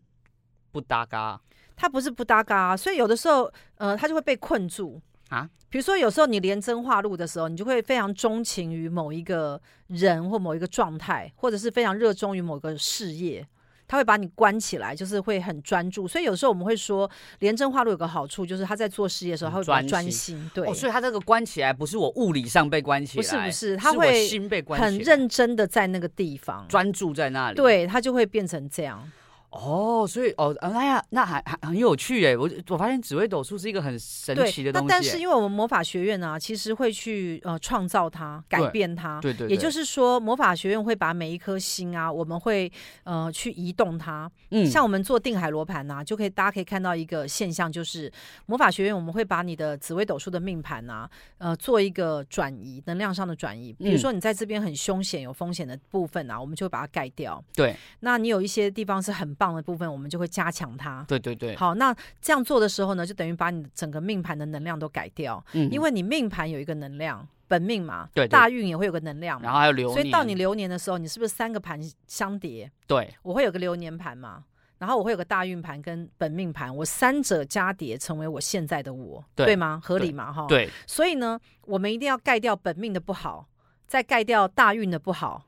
[SPEAKER 2] 不搭嘎？啊
[SPEAKER 1] 它不是不搭嘎、啊所以有的时候，呃，它就会被困住
[SPEAKER 2] 啊。
[SPEAKER 1] 比如说，有时候你连真化路的时候，你就会非常钟情于某一个人或某一个状态，或者是非常热衷于某个事业，它会把你关起来，就是会很专注。所以有时候我们会说，连真化路有个好处就是他在做事业的时候，他会比较
[SPEAKER 2] 很专
[SPEAKER 1] 专心，对，
[SPEAKER 2] 哦，所以他这个关起来不是我物理上被关起
[SPEAKER 1] 不
[SPEAKER 2] 来，
[SPEAKER 1] 是不
[SPEAKER 2] 是
[SPEAKER 1] 是，他
[SPEAKER 2] 我
[SPEAKER 1] 会
[SPEAKER 2] 心被关起来，
[SPEAKER 1] 很认真的在那个地方，
[SPEAKER 2] 专注在那里。，
[SPEAKER 1] 对他就会变成这样。
[SPEAKER 2] 哦，所以哦，啊那呀，那还还很有趣哎，我我发现紫微斗数是一个很神
[SPEAKER 1] 对，
[SPEAKER 2] 奇的
[SPEAKER 1] 那
[SPEAKER 2] 东西耶。
[SPEAKER 1] 但是因为我们魔法学院呢、其实会去呃创造它，改
[SPEAKER 2] 对
[SPEAKER 1] 变它。
[SPEAKER 2] 对对对，
[SPEAKER 1] 也就是说，魔法学院会把每一颗星啊，我们会呃去移动它。
[SPEAKER 2] 嗯
[SPEAKER 1] 像我们做定海罗盘呐、就可以大家可以看到一个现象，就是魔法学院我们会把你的紫微斗数的命盘呐、呃，做一个转移，能量上的转移。比如
[SPEAKER 2] 嗯
[SPEAKER 1] 说你在这边很凶险、有风险的部分啊，我们就会把它盖掉。
[SPEAKER 2] 对
[SPEAKER 1] 那你有一些地方是很棒的部分，我们就会加强它。
[SPEAKER 2] 对对对，
[SPEAKER 1] 好，那这样做的时候呢，就等于把你整个命盘的能量都改掉，
[SPEAKER 2] 嗯
[SPEAKER 1] 因为你命盘有一个能量，本命嘛，
[SPEAKER 2] 对对
[SPEAKER 1] 大运也会有个能量嘛
[SPEAKER 2] 然，后还有流年，
[SPEAKER 1] 所以到你流年的时候，你是不是三个盘相叠？
[SPEAKER 2] 对
[SPEAKER 1] 我会有个流年盘嘛，然后我会有个大运盘跟本命盘，我三者加叠成为我现在的我，
[SPEAKER 2] 对
[SPEAKER 1] 吗？合理嘛？哈。。
[SPEAKER 2] 对
[SPEAKER 1] 所以呢，我们一定要盖掉本命的不好，再盖掉大运的不好，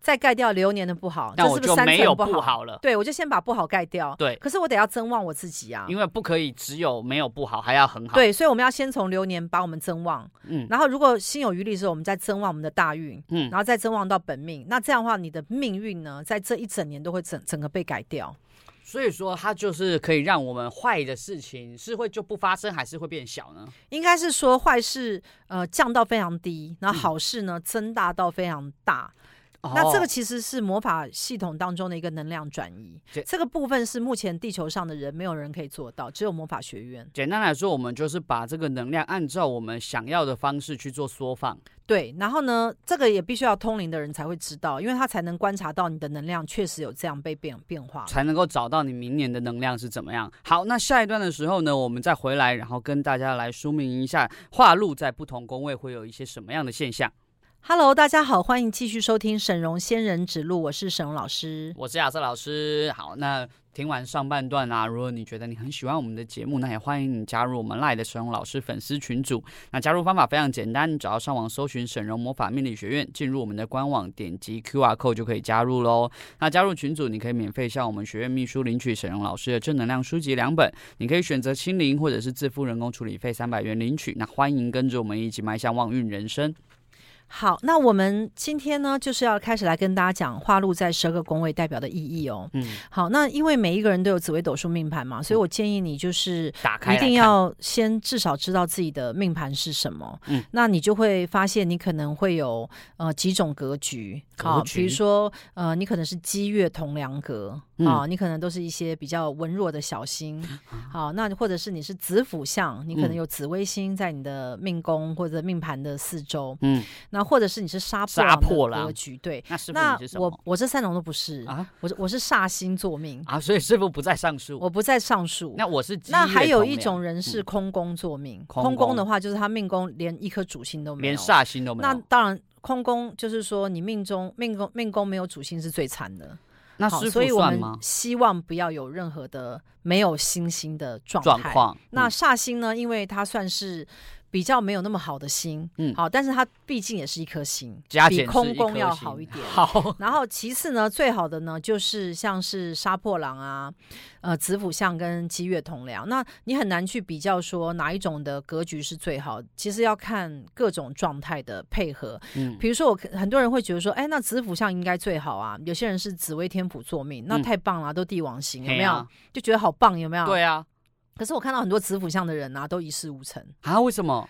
[SPEAKER 1] 再盖掉流年的不好，
[SPEAKER 2] 那
[SPEAKER 1] 这
[SPEAKER 2] 我
[SPEAKER 1] 是不
[SPEAKER 2] 就是
[SPEAKER 1] 三
[SPEAKER 2] 没有
[SPEAKER 1] 层
[SPEAKER 2] 不
[SPEAKER 1] 好？
[SPEAKER 2] 好了，
[SPEAKER 1] 对，我就先把不好盖掉。
[SPEAKER 2] 对
[SPEAKER 1] 可是我得要增旺我自己啊。
[SPEAKER 2] 因为不可以只有没有不好，还要很好。，
[SPEAKER 1] 对，所以我们要先从流年把我们增旺，
[SPEAKER 2] 嗯
[SPEAKER 1] 然后如果心有余力的时候，我们再增旺我们的大运，
[SPEAKER 2] 嗯
[SPEAKER 1] 然，后再增旺到本命。那这样的话，你的命运呢，在这一整年都会整整个被改掉。
[SPEAKER 2] 所以说它就是可以让我们坏的事情是会就不发生，还是会变小呢？
[SPEAKER 1] 应该是说坏事呃降到非常低，然后
[SPEAKER 2] 嗯
[SPEAKER 1] 好事呢增大到非常大。
[SPEAKER 2] 哦
[SPEAKER 1] 那这个其实是魔法系统当中的一个能量转移
[SPEAKER 2] 这，
[SPEAKER 1] 这个部分是目前地球上的人没有人可以做到，只有魔法学院。
[SPEAKER 2] 简单来说，我们就是把这个能量按照我们想要的方式去做缩放。
[SPEAKER 1] 对，然后呢，这个也必须要通灵的人才会知道，因为他才能观察到你的能量确实有这样被变变化。
[SPEAKER 2] 才能够找到你明年的能量是怎么样。好，那下一段的时候呢，我们再回来，然后跟大家来说明一下化禄在不同宫位会有一些什么样的现象。
[SPEAKER 1] Hello，大家好，欢迎继续收听沈荣仙人指路，我是沈荣老师。
[SPEAKER 2] 我是亚瑟老师。好，那听完上半段啊，如果你觉得你很喜欢我们的节目，那也欢迎你加入我们赖的沈荣老师粉丝群组。那加入方法非常简单，你只要上网搜寻沈荣魔法命理学院，进入我们的官网，点击 Q R code 就可以加入喽。那加入群组，你可以免费向我们学院秘书领取沈荣老师的正能量书籍两本，你可以选择清零或者是自付人工处理费三百元领取。那欢迎跟着我们一起迈向旺运人生。
[SPEAKER 1] 好，那我们今天呢，就是要开始来跟大家讲化禄在十二个宫位代表的意义哦。
[SPEAKER 2] 嗯，
[SPEAKER 1] 好，那因为每一个人都有紫微斗数命盘嘛，所以我建议你就是
[SPEAKER 2] 打嗯开
[SPEAKER 1] 一
[SPEAKER 2] 来
[SPEAKER 1] 定
[SPEAKER 2] 看
[SPEAKER 1] 要先至少知道自己的命盘是什么，
[SPEAKER 2] 嗯
[SPEAKER 1] 那你就会发现你可能会有呃几种格局啊
[SPEAKER 2] 格，局
[SPEAKER 1] 比如说呃你可能是积月同梁格
[SPEAKER 2] 嗯啊
[SPEAKER 1] 啊，你可能都是一些比较文弱的小星，好、那或者是你是子府相，你可能
[SPEAKER 2] 嗯
[SPEAKER 1] 有紫微星在你的命宫或者命盘的四周，
[SPEAKER 2] 嗯，
[SPEAKER 1] 那或者是你是杀破
[SPEAKER 2] 杀
[SPEAKER 1] 狼的
[SPEAKER 2] 破
[SPEAKER 1] 格
[SPEAKER 2] 狼
[SPEAKER 1] 局，对。
[SPEAKER 2] 那师傅
[SPEAKER 1] 那
[SPEAKER 2] 你是什么
[SPEAKER 1] 我？我这三种都不是，
[SPEAKER 2] 啊
[SPEAKER 1] 我是我是煞星座命，
[SPEAKER 2] 啊，所以师傅不在上述。
[SPEAKER 1] 我不在上述。
[SPEAKER 2] 那我是积
[SPEAKER 1] 那
[SPEAKER 2] 月
[SPEAKER 1] 还有
[SPEAKER 2] 同
[SPEAKER 1] 一
[SPEAKER 2] 梁
[SPEAKER 1] 种人是空宫作命，
[SPEAKER 2] 空
[SPEAKER 1] 空宫
[SPEAKER 2] 宫
[SPEAKER 1] 的话就是他命宫连一颗主星都没有，
[SPEAKER 2] 连煞星都没有。
[SPEAKER 1] 那当然。空宫就是说，你命中命宫命宫没有主星是最惨的，
[SPEAKER 2] 那
[SPEAKER 1] 好，
[SPEAKER 2] 师
[SPEAKER 1] 所
[SPEAKER 2] 傅
[SPEAKER 1] 以我
[SPEAKER 2] 算
[SPEAKER 1] 们
[SPEAKER 2] 吗？
[SPEAKER 1] 希望不要有任何的没有星星的状
[SPEAKER 2] 状
[SPEAKER 1] 态。
[SPEAKER 2] 况
[SPEAKER 1] 那
[SPEAKER 2] 嗯
[SPEAKER 1] 煞星呢，因为它算是比较没有那么好的星，
[SPEAKER 2] 嗯
[SPEAKER 1] 好，但是它毕竟也是一颗星，
[SPEAKER 2] 加
[SPEAKER 1] 比
[SPEAKER 2] 减是
[SPEAKER 1] 空
[SPEAKER 2] 一
[SPEAKER 1] 宫
[SPEAKER 2] 颗
[SPEAKER 1] 要
[SPEAKER 2] 星
[SPEAKER 1] 好一点
[SPEAKER 2] 好，
[SPEAKER 1] 然后其次呢，最好的呢就是像是杀破狼啊，呃，子府相跟积月同梁，那你很难去比较说哪一种的格局是最好，其实要看各种状态的配合。
[SPEAKER 2] 嗯，
[SPEAKER 1] 比如说我很多人会觉得说，哎，那子府相应该最好啊，有些人是紫微天府坐命，那
[SPEAKER 2] 嗯
[SPEAKER 1] 太棒了、啊都帝王星有
[SPEAKER 2] 嘿
[SPEAKER 1] 没有
[SPEAKER 2] 啊？？
[SPEAKER 1] 就觉得好棒有没有？。
[SPEAKER 2] 对啊，
[SPEAKER 1] 可是我看到很多子府相的人啊，都一事无成。
[SPEAKER 2] 啊，为什么？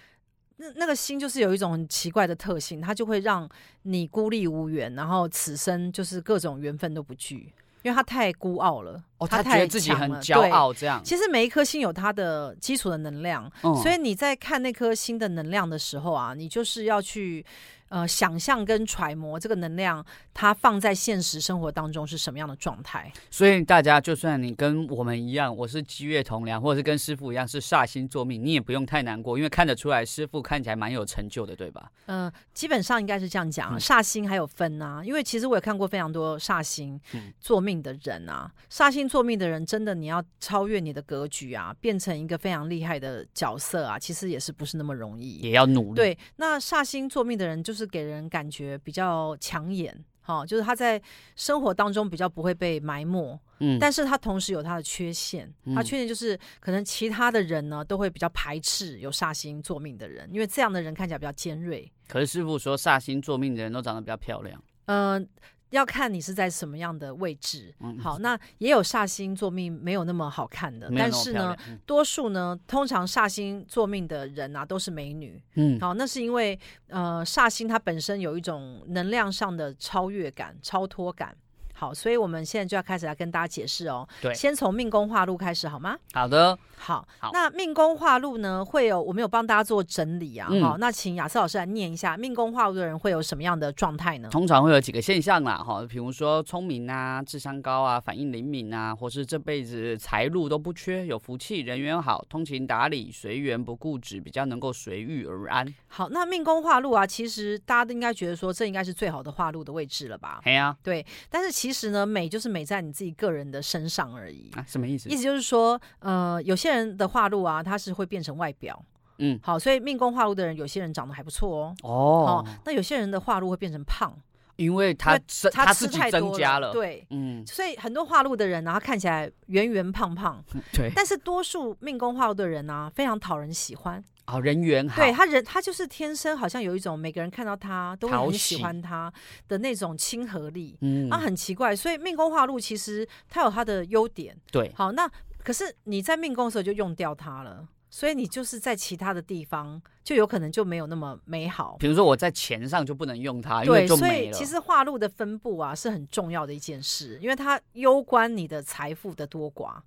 [SPEAKER 1] 那那个心就是有一种很奇怪的特性，它就会让你孤立无援，然后此生就是各种缘分都不聚，因为他太孤傲了。
[SPEAKER 2] 哦，
[SPEAKER 1] 他
[SPEAKER 2] 他觉
[SPEAKER 1] 太
[SPEAKER 2] 得自己
[SPEAKER 1] 强
[SPEAKER 2] 很
[SPEAKER 1] 了
[SPEAKER 2] 骄
[SPEAKER 1] 对
[SPEAKER 2] 傲这样，
[SPEAKER 1] 其实每一颗星有它的基础的能量，所
[SPEAKER 2] 以
[SPEAKER 1] 以你在看那颗星的能量的时候啊，你就是要去呃想象跟揣摩这个能量它放在现实生活当中是什么样的状态。
[SPEAKER 2] 嗯所以大家就算你跟我们一样，我是积月同梁，或者是跟师傅一样是煞星作命，你也不用太难过，因为看得出来师傅看起来蛮有成就的，对吧？
[SPEAKER 1] 嗯、基本上应该是这样讲、啊，
[SPEAKER 2] 嗯
[SPEAKER 1] 煞星还有分啊，因为其实我也看过非常多煞星
[SPEAKER 2] 嗯
[SPEAKER 1] 做命的人啊，煞星做命的人真的你要超越你的格局啊，变成一个非常厉害的角色啊，其实也是不是那么容易。
[SPEAKER 2] 也要努力。，
[SPEAKER 1] 对，那煞星做命的人就是给人感觉比较抢眼，哈、就是他在生活当中比较不会被埋没，
[SPEAKER 2] 嗯，
[SPEAKER 1] 但是他同时有他的缺陷，他
[SPEAKER 2] 嗯
[SPEAKER 1] 缺陷就是可能其他的人呢都会比较排斥有煞星做命的人，因为这样的人看起来比较尖锐。
[SPEAKER 2] 可是师傅说煞星作命的人都长得比较漂亮，
[SPEAKER 1] 嗯、要看你是在什么样的位置。
[SPEAKER 2] 嗯
[SPEAKER 1] 好，那也有煞星做命没有那么好看的，
[SPEAKER 2] 没有
[SPEAKER 1] 但
[SPEAKER 2] 那么
[SPEAKER 1] 是
[SPEAKER 2] 漂
[SPEAKER 1] 呢
[SPEAKER 2] 亮，，嗯
[SPEAKER 1] 多数呢通常煞星做命的人啊都是美女。
[SPEAKER 2] 嗯，
[SPEAKER 1] 好，那是因为呃，煞星它本身有一种能量上的超越感、超脱感。好，所以我们现在就要开始来跟大家解释哦。
[SPEAKER 2] 对
[SPEAKER 1] 先从命宫化禄开始好吗？
[SPEAKER 2] 好的，
[SPEAKER 1] 好，
[SPEAKER 2] 好
[SPEAKER 1] 那命宫化禄呢，会有我们有帮大家做整理啊。
[SPEAKER 2] 嗯
[SPEAKER 1] 好，那请雅思老师来念一下命宫化禄的人会有什么样的状态呢？
[SPEAKER 2] 通常会有几个现象啦，哈，比如说聪明啊、智商高啊、反应灵敏啊，或是这辈子财路都不缺，有福气，人缘好，通情达理，随缘不固执，比较能够随遇而安。
[SPEAKER 1] 好，那命宫化禄啊，其实大家都应该觉得说这应该是最好的化禄的位置了吧？
[SPEAKER 2] 嘿呀、
[SPEAKER 1] 对，但是其实呢，美就是美在你自己个人的身上而已。
[SPEAKER 2] 啊，什么意思
[SPEAKER 1] 意？思就是说，呃，有些人的化禄啊，它是会变成外表。
[SPEAKER 2] 嗯，
[SPEAKER 1] 好，所以命宫化禄的人，有些人长得还不错哦。
[SPEAKER 2] 哦，
[SPEAKER 1] 那有些人的化禄会变成胖，
[SPEAKER 2] 因为呃他
[SPEAKER 1] 因
[SPEAKER 2] 增
[SPEAKER 1] 他吃
[SPEAKER 2] 自己
[SPEAKER 1] 太多
[SPEAKER 2] 增加了，，
[SPEAKER 1] 对，
[SPEAKER 2] 嗯，
[SPEAKER 1] 所以很多化禄的人啊，他看起来圆圆胖 胖，
[SPEAKER 2] 对，
[SPEAKER 1] 但是多数命宫化禄的人啊，非常讨人喜欢。
[SPEAKER 2] 好、人缘好，
[SPEAKER 1] 对他人，他就是天生好像有一种每个人看到他都会
[SPEAKER 2] 讨
[SPEAKER 1] 很
[SPEAKER 2] 喜
[SPEAKER 1] 喜欢他的那种亲和力。
[SPEAKER 2] 嗯，
[SPEAKER 1] 啊，很奇怪，所以命宫化禄其实它有它的优点。
[SPEAKER 2] 对，
[SPEAKER 1] 好，那可是你在命宫的时候就用掉它了。所以你就是在其他的地方就有可能就没有那么美好。
[SPEAKER 2] 比如说我在钱上就不能用它，啊因为
[SPEAKER 1] 对，
[SPEAKER 2] 就
[SPEAKER 1] 所以
[SPEAKER 2] 没了。
[SPEAKER 1] 其实化禄的分布啊是很重要的一件事，因为它攸关你的财富的多寡。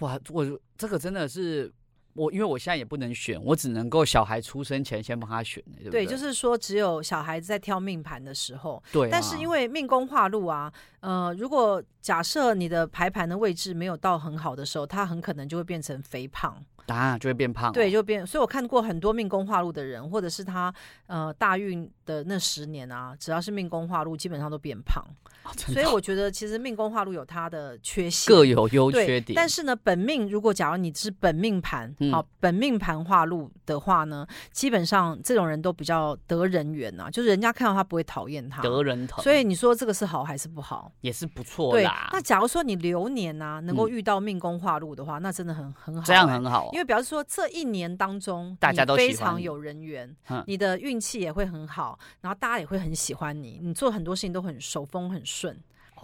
[SPEAKER 2] 哇，我这个真的是我，因为我现在也不能选，我只能够小孩出生前先帮他选，对不
[SPEAKER 1] 对，
[SPEAKER 2] 对？
[SPEAKER 1] 就是是说只有小孩子在挑命盘的时候，
[SPEAKER 2] 对啊、
[SPEAKER 1] 但是因为命宫化禄啊，呃，如果假设你的排盘的位置没有到很好的时候，它很可能就会变成肥胖，
[SPEAKER 2] 答案就会变胖、
[SPEAKER 1] 对，，就变。所以我看过很多命宫化禄的人，或者是他呃大运的那十年啊，只要是命宫化禄，基本上都变胖。
[SPEAKER 2] 哦、 真
[SPEAKER 1] 所以
[SPEAKER 2] 的
[SPEAKER 1] 我觉得其实命宫化禄有它的缺陷，
[SPEAKER 2] 各有优
[SPEAKER 1] 对
[SPEAKER 2] 缺点。
[SPEAKER 1] 但是呢，本命如果假如你是本命盘，
[SPEAKER 2] 嗯
[SPEAKER 1] 好，本命盘化禄的话呢，基本上这种人都比较得人缘啊，就是人家看到他不会讨厌他。
[SPEAKER 2] 得人疼，
[SPEAKER 1] 所以你说这个是好还是不好？
[SPEAKER 2] 也是不错
[SPEAKER 1] 对
[SPEAKER 2] 啦，。
[SPEAKER 1] 那假如说你流年啊，能够
[SPEAKER 2] 嗯
[SPEAKER 1] 遇到命宫化禄的话，那真的很很好、
[SPEAKER 2] 这样
[SPEAKER 1] 欸
[SPEAKER 2] 很好哦、
[SPEAKER 1] 因为表示说这一年当中，
[SPEAKER 2] 大家
[SPEAKER 1] 你
[SPEAKER 2] 都喜
[SPEAKER 1] 非
[SPEAKER 2] 欢
[SPEAKER 1] 常
[SPEAKER 2] 你
[SPEAKER 1] 有人缘
[SPEAKER 2] 嗯，
[SPEAKER 1] 你的运气也会很好，然后大家也会很喜欢你，你做很多事情都很手风很顺，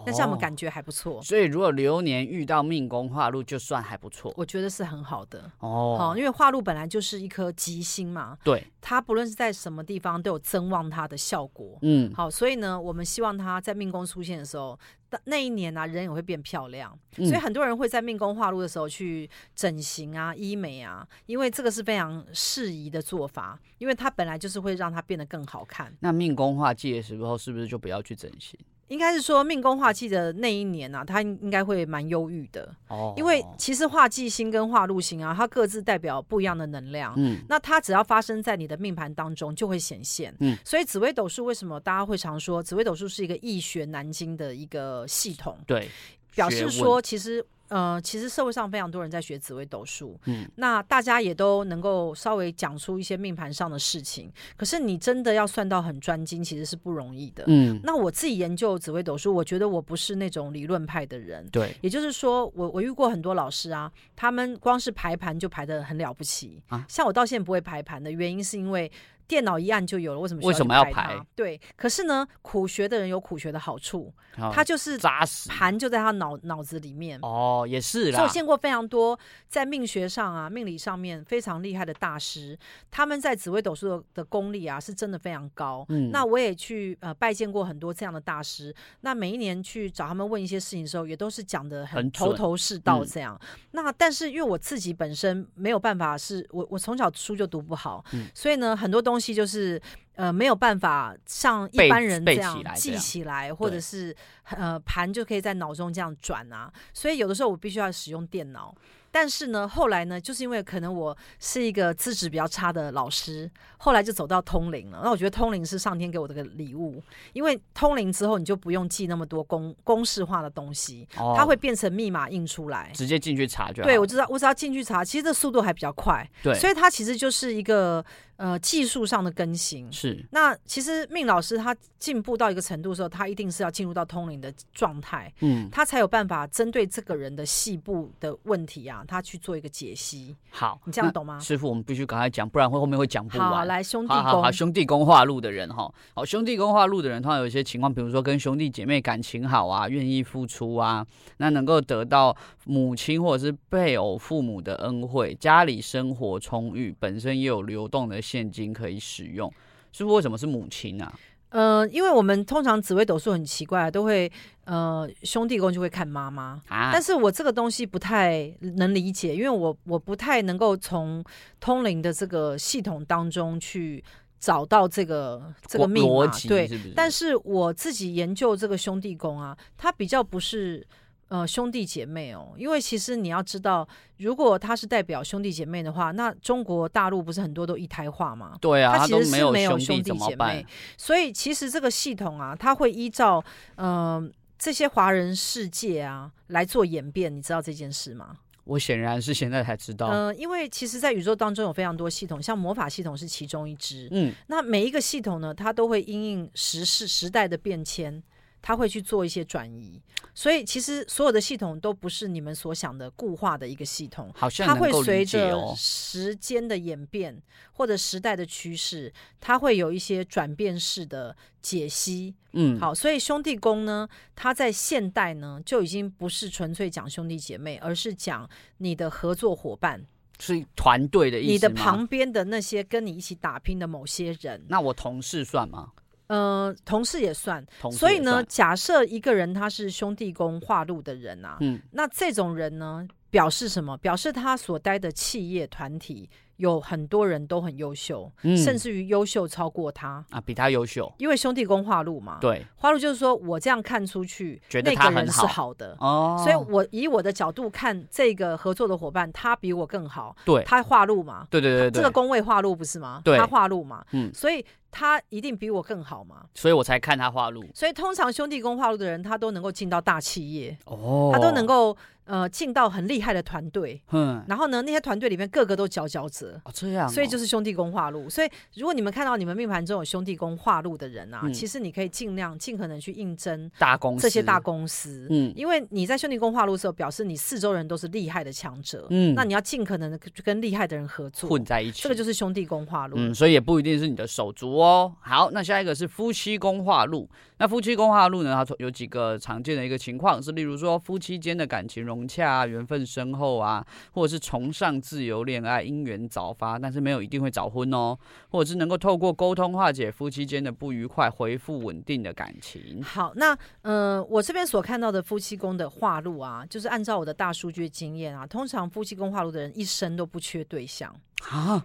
[SPEAKER 1] 那这样我们
[SPEAKER 2] 哦
[SPEAKER 1] 感觉还不错，
[SPEAKER 2] 所以如果流年遇到命宫化禄，就算还不错
[SPEAKER 1] 我觉得是很好的。好、
[SPEAKER 2] 哦。
[SPEAKER 1] 因为化禄本来就是一颗吉星嘛，
[SPEAKER 2] 对，
[SPEAKER 1] 它不论是在什么地方都有增旺它的效果。
[SPEAKER 2] 嗯，
[SPEAKER 1] 好，所以呢，我们希望它在命宫出现的时候，那那一年啊，人也会变漂亮。
[SPEAKER 2] 嗯
[SPEAKER 1] 所以很多人会在命宫化禄的时候去整形啊、医美啊，因为这个是非常适宜的做法，因为它本来就是会让它变得更好看。
[SPEAKER 2] 那命宫化忌的时候，是不是就不要去整形？
[SPEAKER 1] 应该是说命宫化忌的那一年啊，它应应该会蛮忧郁的，
[SPEAKER 2] 哦，
[SPEAKER 1] 因为其实化忌星跟化禄星啊，它各自代表不一样的能量。
[SPEAKER 2] 嗯，
[SPEAKER 1] 那它只要发生在你的命盘当中，就会显现。
[SPEAKER 2] 嗯
[SPEAKER 1] 所以紫微斗数为什么大家会常说紫微斗数是一个易学难精的一个系统？
[SPEAKER 2] 对，
[SPEAKER 1] 表
[SPEAKER 2] 学
[SPEAKER 1] 示
[SPEAKER 2] 问
[SPEAKER 1] 说，其实呃，其实社会上非常多人在学紫微斗数，
[SPEAKER 2] 嗯
[SPEAKER 1] 那大家也都能够稍微讲出一些命盘上的事情。可是你真的要算到很专精，其实是不容易的。
[SPEAKER 2] 嗯，
[SPEAKER 1] 那我自己研究紫微斗数，我觉得我不是那种理论派的人。
[SPEAKER 2] 对
[SPEAKER 1] 也就是说，我我遇过很多老师啊，他们光是排盘就排的很了不起
[SPEAKER 2] 啊
[SPEAKER 1] 像我到现在不会排盘的原因，是因为电脑一按就有了，为什么需
[SPEAKER 2] 为什么
[SPEAKER 1] 要
[SPEAKER 2] 要
[SPEAKER 1] 去排它
[SPEAKER 2] 排？
[SPEAKER 1] 对，可是呢，苦学的人有苦学的好处，
[SPEAKER 2] 好
[SPEAKER 1] 他就是
[SPEAKER 2] 扎实
[SPEAKER 1] 盘就在他脑脑子里面。
[SPEAKER 2] 哦，也
[SPEAKER 1] 所
[SPEAKER 2] 是
[SPEAKER 1] 以我
[SPEAKER 2] 啦，
[SPEAKER 1] 见过非常多在命学上啊、命理上面非常厉害的大师，他们在紫微斗数的的功力啊，是真的非常高。
[SPEAKER 2] 嗯
[SPEAKER 1] 那我也去呃拜见过很多这样的大师，那每一年去找他们问一些事情的时候，也都是讲的
[SPEAKER 2] 很
[SPEAKER 1] 很头
[SPEAKER 2] 准
[SPEAKER 1] 头是道
[SPEAKER 2] 嗯
[SPEAKER 1] 这样。那但是因为我自己本身没有办法是，我我从小书就读不好，
[SPEAKER 2] 嗯
[SPEAKER 1] 所以呢很多东西就是。呃，没有办法像一
[SPEAKER 2] 背
[SPEAKER 1] 般人这
[SPEAKER 2] 背起
[SPEAKER 1] 样
[SPEAKER 2] 来这
[SPEAKER 1] 记
[SPEAKER 2] 样
[SPEAKER 1] 起来，或者
[SPEAKER 2] 对
[SPEAKER 1] 是呃盘就可以在脑中这样转啊。所以有的时候我必须要使用电脑。但是呢，后来呢，就是因为可能我是一个资质比较差的老师，后来就走到通灵了。那我觉得通灵是上天给我的个礼物，因为通灵之后你就不用记那么多公公式化的东西，
[SPEAKER 2] 哦啊
[SPEAKER 1] 它会变成密码印出来。
[SPEAKER 2] 直接进去查就好
[SPEAKER 1] 对，我知道，我只要进去查，其实这速度还比较快，
[SPEAKER 2] 对，
[SPEAKER 1] 所以它其实就是一个呃技术上的更新。
[SPEAKER 2] 是
[SPEAKER 1] 那其实命老师他进步到一个程度的时候，他一定是要进入到通灵的状态，
[SPEAKER 2] 嗯
[SPEAKER 1] 他才有办法针对这个人的细部的问题啊，他去做一个解析。
[SPEAKER 2] 好，
[SPEAKER 1] 你这样
[SPEAKER 2] 那
[SPEAKER 1] 懂吗
[SPEAKER 2] 师傅，我们必须赶快讲，不然会后面会讲不
[SPEAKER 1] 啊好，
[SPEAKER 2] 完。
[SPEAKER 1] 来兄弟
[SPEAKER 2] 好好
[SPEAKER 1] 宫
[SPEAKER 2] 好，，兄弟宫化禄的人哈，好兄弟宫化禄的人，通常有一些情况，比如说跟兄弟姐妹感情好啊，愿意付出啊，那能够得到母亲或者是配偶父母的恩惠，家里生活充裕，本身也有流动的现金可以使用。师傅为什么是母亲啊？
[SPEAKER 1] 呃，因为我们通常紫微斗数很奇怪，啊都会呃兄弟宫就会看妈妈。
[SPEAKER 2] 啊，
[SPEAKER 1] 但是我这个东西不太能理解，因为我我不太能够从通灵的这个系统当中去找到这个这个
[SPEAKER 2] 逻
[SPEAKER 1] 密码
[SPEAKER 2] 逻，辑
[SPEAKER 1] 对。
[SPEAKER 2] 是不是？
[SPEAKER 1] 但是我自己研究这个兄弟宫啊，它比较不是呃兄弟姐妹哦，因为其实你要知道，如果它是代表兄弟姐妹的话，那中国大陆不是很多都一胎化吗？
[SPEAKER 2] 对啊，
[SPEAKER 1] 他
[SPEAKER 2] 他
[SPEAKER 1] 其
[SPEAKER 2] 都
[SPEAKER 1] 实
[SPEAKER 2] 没
[SPEAKER 1] 是
[SPEAKER 2] 有
[SPEAKER 1] 没有
[SPEAKER 2] 弟
[SPEAKER 1] 兄弟
[SPEAKER 2] 怎么
[SPEAKER 1] 姐
[SPEAKER 2] 办
[SPEAKER 1] 妹？所以其实这个系统啊，它会依照呃这些华人世界啊来做演变，你知道这件事吗？
[SPEAKER 2] 我显然是现在才知道。
[SPEAKER 1] 嗯、因为其实，在宇宙当中有非常多系统，像魔法系统是其中一支。
[SPEAKER 2] 嗯，
[SPEAKER 1] 那每一个系统呢，它都会因应时事时代的变迁，它会去做一些转移。所以其实所有的系统都不是你们所想的固化的一个系统，
[SPEAKER 2] 好像
[SPEAKER 1] 它
[SPEAKER 2] 能
[SPEAKER 1] 会
[SPEAKER 2] 够理
[SPEAKER 1] 随
[SPEAKER 2] 解
[SPEAKER 1] 着
[SPEAKER 2] 哦。
[SPEAKER 1] 时间的演变或者时代的趋势，它会有一些转变式的解析。
[SPEAKER 2] 嗯，
[SPEAKER 1] 好，所以兄弟宫呢，它在现代呢就已经不是纯粹讲兄弟姐妹，而是讲你的合作伙伴。
[SPEAKER 2] 是团队的意
[SPEAKER 1] 你
[SPEAKER 2] 思
[SPEAKER 1] 的
[SPEAKER 2] 吗？
[SPEAKER 1] 旁边的那些跟你一起打拼的某些人，
[SPEAKER 2] 那我同事算吗？
[SPEAKER 1] 呃，同事也算。
[SPEAKER 2] 同事
[SPEAKER 1] 所以
[SPEAKER 2] 也
[SPEAKER 1] 呢，
[SPEAKER 2] 算，
[SPEAKER 1] 假设一个人他是兄弟宫化禄的人啊，
[SPEAKER 2] 嗯，
[SPEAKER 1] 那这种人呢，表示什么？表示他所待的企业团体有很多人都很优秀，
[SPEAKER 2] 嗯
[SPEAKER 1] 甚至于优秀超过他，
[SPEAKER 2] 啊比他优秀，
[SPEAKER 1] 因为兄弟宫化禄嘛。
[SPEAKER 2] 对
[SPEAKER 1] 花路就是说我这样看出去，
[SPEAKER 2] 觉得
[SPEAKER 1] 那
[SPEAKER 2] 他
[SPEAKER 1] 个人
[SPEAKER 2] 很
[SPEAKER 1] 是
[SPEAKER 2] 好
[SPEAKER 1] 好的，
[SPEAKER 2] 哦，
[SPEAKER 1] 所以我以我的角度看，这个合作的伙伴他比我更好，
[SPEAKER 2] 对
[SPEAKER 1] 他化禄嘛，
[SPEAKER 2] 对对对
[SPEAKER 1] 这
[SPEAKER 2] 对，
[SPEAKER 1] 个宫位化禄不是吗？
[SPEAKER 2] 对
[SPEAKER 1] 他化禄嘛，
[SPEAKER 2] 嗯
[SPEAKER 1] 所以他一定比我更好嘛。
[SPEAKER 2] 所以我才看他画路
[SPEAKER 1] 所以通常兄弟宫化禄的人，他都能够进到大企业，
[SPEAKER 2] 哦
[SPEAKER 1] 他都能，够呃进到很厉害的团队。
[SPEAKER 2] 嗯，
[SPEAKER 1] 然后呢，那些团队里面个个都佼佼者，
[SPEAKER 2] 哦这样哦，
[SPEAKER 1] 所以就是兄弟宫化禄。所以如果你们看到你们命盘中有兄弟宫化禄的人啊，
[SPEAKER 2] 嗯
[SPEAKER 1] 其实你可以尽量尽可能去应征
[SPEAKER 2] 大公司
[SPEAKER 1] 这些大，公司，
[SPEAKER 2] 嗯
[SPEAKER 1] 因为你在兄弟宫化禄的时候，表示你四周人都是厉害的强者，
[SPEAKER 2] 嗯，
[SPEAKER 1] 那你要尽可能的跟厉害的人合作，
[SPEAKER 2] 混在一起，
[SPEAKER 1] 这个就是兄弟宫化禄。
[SPEAKER 2] 嗯，所以也不一定是你的手足哦。好，那下一个是夫妻宫化禄。那夫妻宫化禄呢，它有几个常见的一个情况是，例如说夫妻间的感情融洽啊，缘分深厚啊，或者是崇尚自由恋爱，姻缘早发，但是没有一定会早婚哦，或者是能够透过沟通化解夫妻间的不愉快，恢复稳定的感情。
[SPEAKER 1] 好，那呃，我这边所看到的夫妻宫的化禄啊，就是按照我的大数据经验啊，通常夫妻宫化禄的人一生都不缺对象，
[SPEAKER 2] 啊？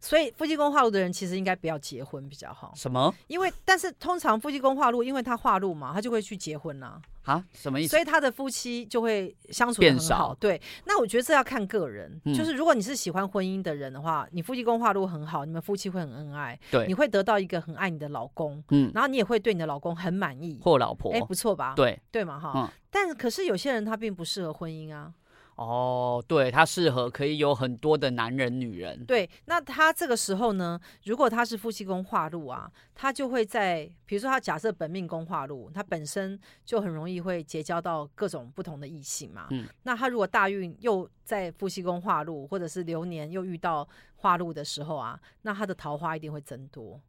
[SPEAKER 1] 所以夫妻宫化禄的人其实应该不要结婚比较好，
[SPEAKER 2] 什么
[SPEAKER 1] 因为但是通常夫妻宫化禄，因为他化禄嘛，他就会去结婚啦、
[SPEAKER 2] 啊？什么意思？
[SPEAKER 1] 所以他的夫妻就会相处得
[SPEAKER 2] 变
[SPEAKER 1] 很好。
[SPEAKER 2] 少
[SPEAKER 1] 对，那我觉得这要看个人，
[SPEAKER 2] 嗯
[SPEAKER 1] 就是如果你是喜欢婚姻的人的话，你夫妻宫化禄很好，你们夫妻会很恩爱，
[SPEAKER 2] 对
[SPEAKER 1] 你会得到一个很爱你的老公，
[SPEAKER 2] 嗯，
[SPEAKER 1] 然后你也会对你的老公很满意。
[SPEAKER 2] 或老婆？
[SPEAKER 1] 哎，不错吧？
[SPEAKER 2] 对，
[SPEAKER 1] 对嘛哈。
[SPEAKER 2] 嗯
[SPEAKER 1] 但可是有些人他并不适合婚姻啊。
[SPEAKER 2] 哦，对，他适合可以有很多的男人、女人。
[SPEAKER 1] 对，那他这个时候呢，如果他是夫妻宫化禄啊，他就会在，比如说他假设本命宫化禄，他本身就很容易会结交到各种不同的异性嘛。
[SPEAKER 2] 嗯
[SPEAKER 1] 那他如果大运又在夫妻宫化禄，或者是流年又遇到化禄的时候啊，那他的桃花一定会增多，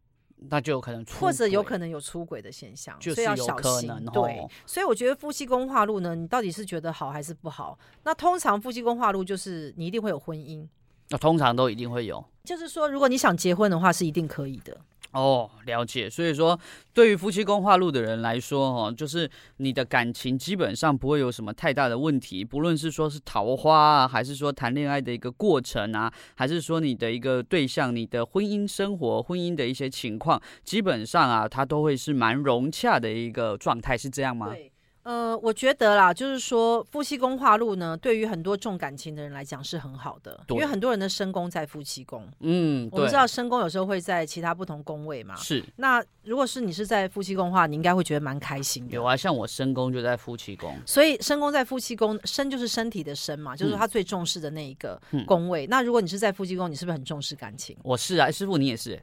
[SPEAKER 2] 那就有可能出轨，
[SPEAKER 1] 或者有可能有出轨的现象，所
[SPEAKER 2] 就是
[SPEAKER 1] 以要
[SPEAKER 2] 有
[SPEAKER 1] 小
[SPEAKER 2] 可
[SPEAKER 1] 心
[SPEAKER 2] 能。
[SPEAKER 1] 对
[SPEAKER 2] 哦，
[SPEAKER 1] 所以我觉得夫妻宫化禄呢，你到底是觉得好还是不好？那通常夫妻宫化禄就是你一定会有婚姻。
[SPEAKER 2] 那、通常都一定会有。
[SPEAKER 1] 就是说，如果你想结婚的话，是一定可以的。
[SPEAKER 2] 哦，了解。所以说，对于夫妻宫化禄的人来说，哦，就是你的感情基本上不会有什么太大的问题，不论是说是桃花啊，还是说谈恋爱的一个过程啊，还是说你的一个对象、你的婚姻生活、婚姻的一些情况，基本上啊，它都会是蛮融洽的一个状态，是这样吗？
[SPEAKER 1] 对，呃，我觉得啦，就是说夫妻宫化禄呢，对于很多重感情的人来讲是很好的，因
[SPEAKER 2] 对
[SPEAKER 1] 为很多人的身宫在夫妻宫，
[SPEAKER 2] 嗯，
[SPEAKER 1] 我们
[SPEAKER 2] 对
[SPEAKER 1] 知，道身宫有时候会在其他不同宫位嘛。
[SPEAKER 2] 是
[SPEAKER 1] 那如果是你是在夫妻宫的话，你应该会觉得蛮开心
[SPEAKER 2] 有
[SPEAKER 1] 的。
[SPEAKER 2] 啊。像我身宫就在夫妻宫，
[SPEAKER 1] 所以身宫在夫妻宫，身就是身体的身嘛，就是说
[SPEAKER 2] 嗯
[SPEAKER 1] 他最重视的那一个
[SPEAKER 2] 嗯
[SPEAKER 1] 宫位。那如果你是在夫妻宫，你是不是很重视感情？
[SPEAKER 2] 我是啊，师傅你也是，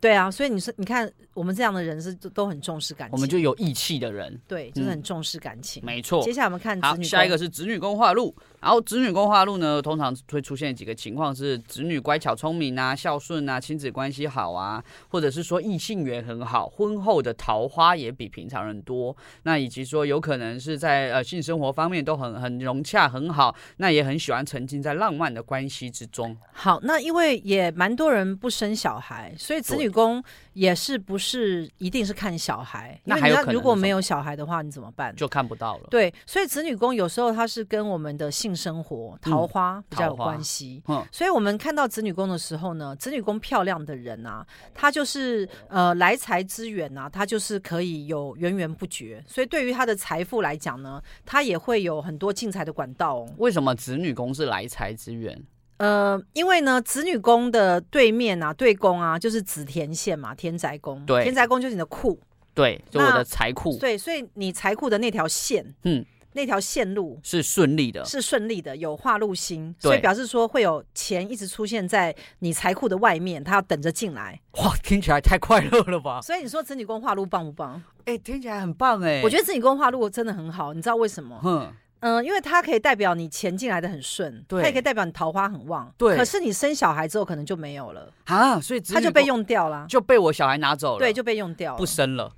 [SPEAKER 1] 对啊，所以你是你看我们这样的人是都都很重视感情，
[SPEAKER 2] 我们就有义气的人，
[SPEAKER 1] 对，就是
[SPEAKER 2] 嗯
[SPEAKER 1] 很重视感情。
[SPEAKER 2] 没错。
[SPEAKER 1] 接下来我们看子
[SPEAKER 2] 好，
[SPEAKER 1] 女
[SPEAKER 2] 下一
[SPEAKER 1] 宫
[SPEAKER 2] 个是子女宫化禄。然后子女宫化禄呢，通常会出现几个情况是子女乖巧聪明啊、孝顺啊、亲子关系好啊，或者是说异性缘很好，婚后的桃花也比平常人多。那以及说有可能是在呃性生活方面都很很融洽很好，那也很喜欢沉浸在浪漫的关系之中。
[SPEAKER 1] 好，那因为也蛮多人不生小孩，所以子女宫也是不是一定是看小孩？因
[SPEAKER 2] 那
[SPEAKER 1] 为
[SPEAKER 2] 还
[SPEAKER 1] 你
[SPEAKER 2] 有
[SPEAKER 1] 要
[SPEAKER 2] 可能
[SPEAKER 1] 如果
[SPEAKER 2] 是什
[SPEAKER 1] 没有小孩的话，你怎么办？
[SPEAKER 2] 就看不到了。
[SPEAKER 1] 对，所以子女宫有时候它是跟我们的性生活、桃花比较有
[SPEAKER 2] 嗯桃花
[SPEAKER 1] 关系。
[SPEAKER 2] 嗯
[SPEAKER 1] 所以我们看到子女宫的时候呢，子女宫漂亮的人啊，他就是呃来财之源啊，他就是可以有源源不绝。所以对于他的财富来讲呢，他也会有很多进财的管道哦。
[SPEAKER 2] 为什么子女宫是来财之源？
[SPEAKER 1] 呃，因为呢，子女宫的对面啊，对宫啊，就是紫田线嘛，田宅宫。
[SPEAKER 2] 对
[SPEAKER 1] 田宅宫就是你的库，
[SPEAKER 2] 对，就我
[SPEAKER 1] 那
[SPEAKER 2] 的财库
[SPEAKER 1] 对，所以你财库的那条线，
[SPEAKER 2] 嗯，
[SPEAKER 1] 那条线路
[SPEAKER 2] 是顺利的，
[SPEAKER 1] 是顺利的，有化禄星，所以
[SPEAKER 2] 对
[SPEAKER 1] 表示说会有钱一直出现在你财库的外面，它要等着进来。
[SPEAKER 2] 哇，听起来太快乐了吧？
[SPEAKER 1] 所以你说子女宫化禄棒不棒？
[SPEAKER 2] 哎、听起来很棒啊哎、
[SPEAKER 1] 我觉得子女宫化禄真的很好，你知道为什么？
[SPEAKER 2] 哼，
[SPEAKER 1] 嗯、因为它可以代表你钱进来的很顺，
[SPEAKER 2] 对
[SPEAKER 1] 它也可以代表你桃花很旺，
[SPEAKER 2] 对
[SPEAKER 1] 可是你生小孩之后可能就没有了，
[SPEAKER 2] 啊，所以子
[SPEAKER 1] 它
[SPEAKER 2] 女
[SPEAKER 1] 就被
[SPEAKER 2] 宫
[SPEAKER 1] 用掉啦。
[SPEAKER 2] 就被我小孩拿走了，哦
[SPEAKER 1] 对，就被用掉了。
[SPEAKER 2] 不生了。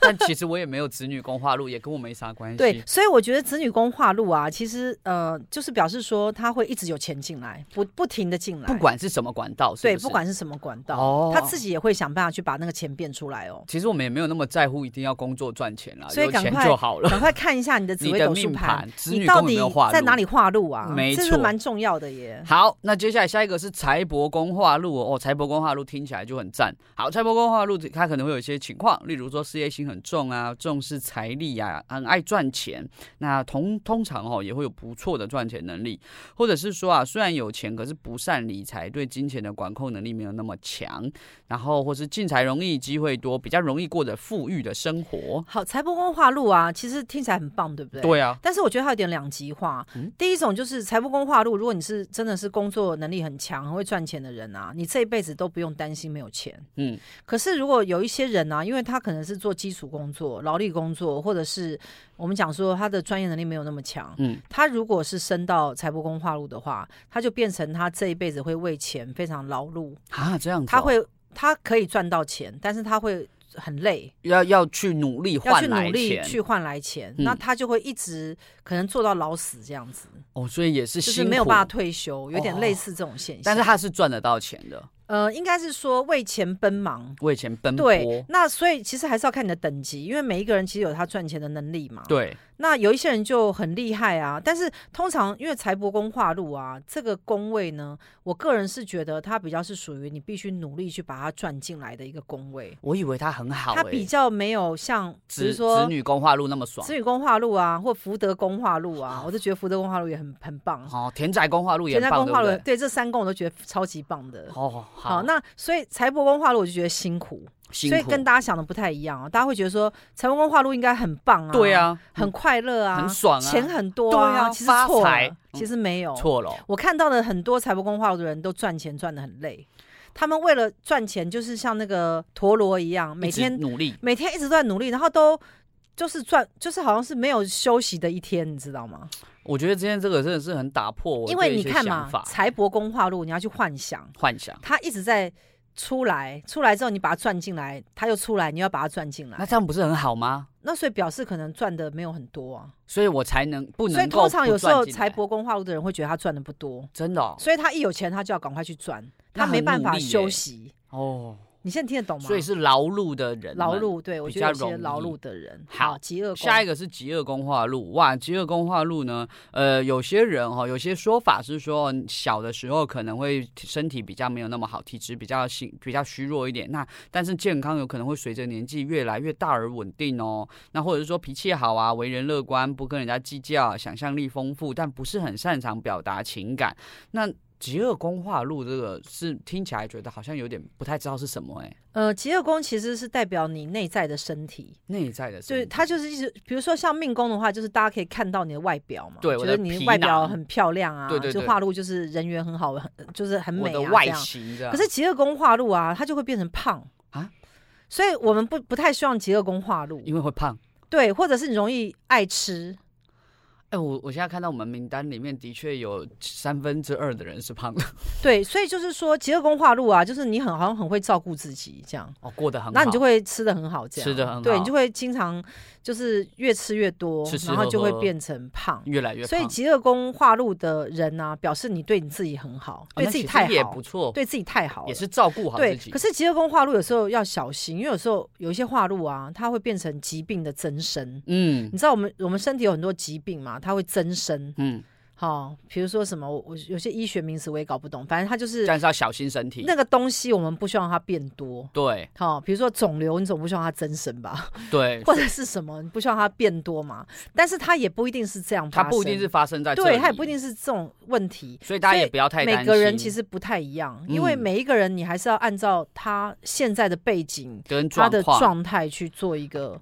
[SPEAKER 2] 但其实我也没有子女宫化禄，也跟我没啥关系。
[SPEAKER 1] 对，所以我觉得子女宫化禄啊，其实呃，就是表示说他会一直有钱进来，不不停的进来，
[SPEAKER 2] 不管是什么管道，是
[SPEAKER 1] 对，
[SPEAKER 2] 是
[SPEAKER 1] 不管是什么管道，
[SPEAKER 2] 哦
[SPEAKER 1] 他自己也会想办法去把那个钱变出来哦。
[SPEAKER 2] 其实我们也没有那么在乎一定要工作赚钱啦，
[SPEAKER 1] 所以
[SPEAKER 2] 有
[SPEAKER 1] 赶
[SPEAKER 2] 钱
[SPEAKER 1] 快
[SPEAKER 2] 就好了。
[SPEAKER 1] 赶快看一下你的 紫
[SPEAKER 2] 你
[SPEAKER 1] 微
[SPEAKER 2] 的
[SPEAKER 1] 斗数
[SPEAKER 2] 命
[SPEAKER 1] 盘，
[SPEAKER 2] 盘，子
[SPEAKER 1] 你
[SPEAKER 2] 女
[SPEAKER 1] 到
[SPEAKER 2] 宫有没
[SPEAKER 1] 底
[SPEAKER 2] 有化禄？
[SPEAKER 1] 在哪里化禄啊？
[SPEAKER 2] 没
[SPEAKER 1] 这是
[SPEAKER 2] 错
[SPEAKER 1] 蛮重要的耶。
[SPEAKER 2] 好，那接下来下一个是财帛宫化禄哦，哦财帛宫化禄听起来就很赞。好，财帛宫化禄它可能会有一些情况，例如说事业心很重啊，重视财力啊，很爱赚钱。那通通常哦也会有不错的赚钱能力，或者是说啊虽然有钱，可是不善理财，对金钱的管控能力没有那么强，然后或是进财容易，机会多，比较容易过着富裕的生活。
[SPEAKER 1] 好，财帛宫化禄啊，其实听起来很棒，对不对？。
[SPEAKER 2] 对啊，
[SPEAKER 1] 但是我觉得它有点两极化。
[SPEAKER 2] 嗯
[SPEAKER 1] 第一种就是财帛宫化禄，如果你是真的是工作能力很强、很会赚钱的人啊，你这一辈子都不用担心没有钱。
[SPEAKER 2] 嗯，
[SPEAKER 1] 可是如果有一些人啊，因为他可能是做基础工作、劳力工作，或者是我们讲说他的专业能力没有那么强，
[SPEAKER 2] 嗯，
[SPEAKER 1] 他如果是升到财帛宫化禄的话，他就变成他这一辈子会为钱非常劳碌，
[SPEAKER 2] 啊这样子哦、
[SPEAKER 1] 他会他可以赚到钱，但是他会很累，
[SPEAKER 2] 要要去努力
[SPEAKER 1] 要
[SPEAKER 2] 换
[SPEAKER 1] 去努
[SPEAKER 2] 来
[SPEAKER 1] 力
[SPEAKER 2] 钱
[SPEAKER 1] 去换来钱，
[SPEAKER 2] 嗯
[SPEAKER 1] 那他就会一直可能做到老死这样子，
[SPEAKER 2] 哦，所以也是
[SPEAKER 1] 就
[SPEAKER 2] 辛
[SPEAKER 1] 是
[SPEAKER 2] 苦
[SPEAKER 1] 没有办法退休，有点
[SPEAKER 2] 哦
[SPEAKER 1] 类似这种现象。
[SPEAKER 2] 但是他是赚得到钱的，
[SPEAKER 1] 呃，应该是说为钱奔忙。
[SPEAKER 2] 为钱奔波。
[SPEAKER 1] 对，那所以其实还是要看你的等级，因为每一个人其实有他赚钱的能力嘛。，
[SPEAKER 2] 对
[SPEAKER 1] 那有一些人就很厉害啊，但是通常因为财帛宫化禄啊，这个宫位呢，我个人是觉得它比较是属于你必须努力去把它赚进来的一个宫位，
[SPEAKER 2] 我以为他很好、欸，
[SPEAKER 1] 它比较没有像比
[SPEAKER 2] 子
[SPEAKER 1] 如说
[SPEAKER 2] 子女宫化禄那么爽
[SPEAKER 1] 子，女宫化禄啊，或福德宫化禄啊，我都觉得福德宫化禄也很很棒。
[SPEAKER 2] 哦，田宅宫化禄也
[SPEAKER 1] 田
[SPEAKER 2] 很
[SPEAKER 1] 宅
[SPEAKER 2] 棒，
[SPEAKER 1] 宫化禄，
[SPEAKER 2] 对不
[SPEAKER 1] 对这三宫我都觉得超级棒的
[SPEAKER 2] 对？。哦，好，
[SPEAKER 1] 好，那所以财帛宫化禄我就觉得辛苦，
[SPEAKER 2] 辛苦
[SPEAKER 1] 所以跟大家想的不太一样啊。大家会觉得说财帛宫化禄应该很棒啊，
[SPEAKER 2] 对，啊，
[SPEAKER 1] 很快乐啊，
[SPEAKER 2] 很爽啊
[SPEAKER 1] 钱很多
[SPEAKER 2] 对啊
[SPEAKER 1] 其实
[SPEAKER 2] 发
[SPEAKER 1] 错
[SPEAKER 2] 财
[SPEAKER 1] 了，其实没有。
[SPEAKER 2] 错了哦，
[SPEAKER 1] 我看到的很多财帛宫化禄的人都赚钱赚的很累，他们为了赚钱就是像那个陀螺一样，每
[SPEAKER 2] 一直
[SPEAKER 1] 天
[SPEAKER 2] 努力，
[SPEAKER 1] 每天一直都在努力，然后都就是赚，就是好像是没有休息的一天，你知道吗？
[SPEAKER 2] 我觉得今天这个真的是很打破我
[SPEAKER 1] 因为
[SPEAKER 2] 对一
[SPEAKER 1] 你
[SPEAKER 2] 些
[SPEAKER 1] 看嘛
[SPEAKER 2] 想法，
[SPEAKER 1] 财嗯帛宫化禄，你要去幻想，
[SPEAKER 2] 幻想。
[SPEAKER 1] 它一直在出来，出来之后你把它赚进来，它又出来，你要把它赚进
[SPEAKER 2] 那
[SPEAKER 1] 来，
[SPEAKER 2] 这样不是很好吗？
[SPEAKER 1] 那所以表示可能赚的没有很多啊。
[SPEAKER 2] 所以我才能不
[SPEAKER 1] 所以
[SPEAKER 2] 能够
[SPEAKER 1] 通常
[SPEAKER 2] 不
[SPEAKER 1] 有时
[SPEAKER 2] 赚
[SPEAKER 1] 候
[SPEAKER 2] 进来
[SPEAKER 1] 财帛宫化禄的人会觉得他赚的不多，
[SPEAKER 2] 真的哦
[SPEAKER 1] 所以他一有钱他就要赶快去赚，
[SPEAKER 2] 那
[SPEAKER 1] 他
[SPEAKER 2] 很
[SPEAKER 1] 没办
[SPEAKER 2] 努
[SPEAKER 1] 法
[SPEAKER 2] 力耶
[SPEAKER 1] 休息。
[SPEAKER 2] 哦，
[SPEAKER 1] 你现在听得懂吗？
[SPEAKER 2] 所以是劳碌的人们，
[SPEAKER 1] 劳碌，对我
[SPEAKER 2] 比
[SPEAKER 1] 觉得有
[SPEAKER 2] 较容
[SPEAKER 1] 些劳
[SPEAKER 2] 易
[SPEAKER 1] 碌的人，
[SPEAKER 2] 好
[SPEAKER 1] 极恶宫
[SPEAKER 2] 下一个是极恶宫化禄，哇，极恶宫化禄呢，呃，有些人哈、哦，有些说法是说嗯小的时候可能会身体比较没有那么好，体质比较虚比较虚弱一点，那但是健康有可能会随着年纪越来越大而稳定哦。那或者是说脾气好啊，为人乐观，不跟人家计较，想象力丰富，但不是很擅长表达情感。那极恶宫化禄这个是听起来觉得好像有点不太知道是什么哎、
[SPEAKER 1] 呃，极恶宫其实是代表你内在的身体，
[SPEAKER 2] 内在的
[SPEAKER 1] 对，
[SPEAKER 2] 是
[SPEAKER 1] 它就是一直，比如说像命宫的话，就是大家可以看到你的外表嘛，
[SPEAKER 2] 对我
[SPEAKER 1] 觉
[SPEAKER 2] 的
[SPEAKER 1] 得你
[SPEAKER 2] 皮
[SPEAKER 1] 外表
[SPEAKER 2] 囊
[SPEAKER 1] 很漂亮啊，
[SPEAKER 2] 对对对
[SPEAKER 1] 就化禄就是人缘很好，很就是很
[SPEAKER 2] 我
[SPEAKER 1] 美啊，
[SPEAKER 2] 的
[SPEAKER 1] 这
[SPEAKER 2] 外
[SPEAKER 1] 样。
[SPEAKER 2] 形这样，
[SPEAKER 1] 可是极恶宫化禄啊，它就会变成胖
[SPEAKER 2] 啊。
[SPEAKER 1] 所以我们不不太希望极恶宫化禄，
[SPEAKER 2] 因为会胖。
[SPEAKER 1] 对，或者是你容易爱吃，
[SPEAKER 2] 哎、我我现在看到我们名单里面的确有三分之二的人是胖的，
[SPEAKER 1] 对，所以就是说极恶宫化禄啊，就是你很好像很会照顾自己这样，
[SPEAKER 2] 哦，过得很好，
[SPEAKER 1] 那你就会吃的很好，这样
[SPEAKER 2] 吃得很好
[SPEAKER 1] 对你就会经常就是越吃越多，
[SPEAKER 2] 吃吃
[SPEAKER 1] 然后就会
[SPEAKER 2] 喝喝
[SPEAKER 1] 变成胖。
[SPEAKER 2] 越来越胖。
[SPEAKER 1] 所以极恶宫化禄的人呢、表示你对你自己很好，
[SPEAKER 2] 哦
[SPEAKER 1] 对
[SPEAKER 2] 那
[SPEAKER 1] 自己
[SPEAKER 2] 其实
[SPEAKER 1] 太
[SPEAKER 2] 也
[SPEAKER 1] 好
[SPEAKER 2] 不，错，
[SPEAKER 1] 对自己太好了，
[SPEAKER 2] 也是照顾好
[SPEAKER 1] 对
[SPEAKER 2] 自。己
[SPEAKER 1] 可。是极恶宫化禄有时候要小心，因为有时候有一些化禄啊，它会变成疾病的增生。
[SPEAKER 2] 嗯
[SPEAKER 1] 你知道我们我们身体有很多疾病嘛，它会增生。
[SPEAKER 2] 嗯，
[SPEAKER 1] 好、比如说什么，我我有些医学名词我也搞不懂，反正它就是
[SPEAKER 2] 但是要小心身体。
[SPEAKER 1] 那个东西，我们不希望它变多。
[SPEAKER 2] 对
[SPEAKER 1] 好、比如说肿瘤，你总不希望它增生吧，
[SPEAKER 2] 对，
[SPEAKER 1] 或者是什么，你不希望它变多嘛？但是它也不一定是这样发生，
[SPEAKER 2] 它不一定是发生在这里，
[SPEAKER 1] 对，它也不一，定是这种问题。
[SPEAKER 2] 所以大家
[SPEAKER 1] 所以
[SPEAKER 2] 也不要太担
[SPEAKER 1] 每
[SPEAKER 2] 心。
[SPEAKER 1] 个人其实不太一样，因为
[SPEAKER 2] 嗯
[SPEAKER 1] 每一个人你还是要按照他现在的背景、
[SPEAKER 2] 跟
[SPEAKER 1] 他
[SPEAKER 2] 状
[SPEAKER 1] 的
[SPEAKER 2] 况。
[SPEAKER 1] 状态去做一个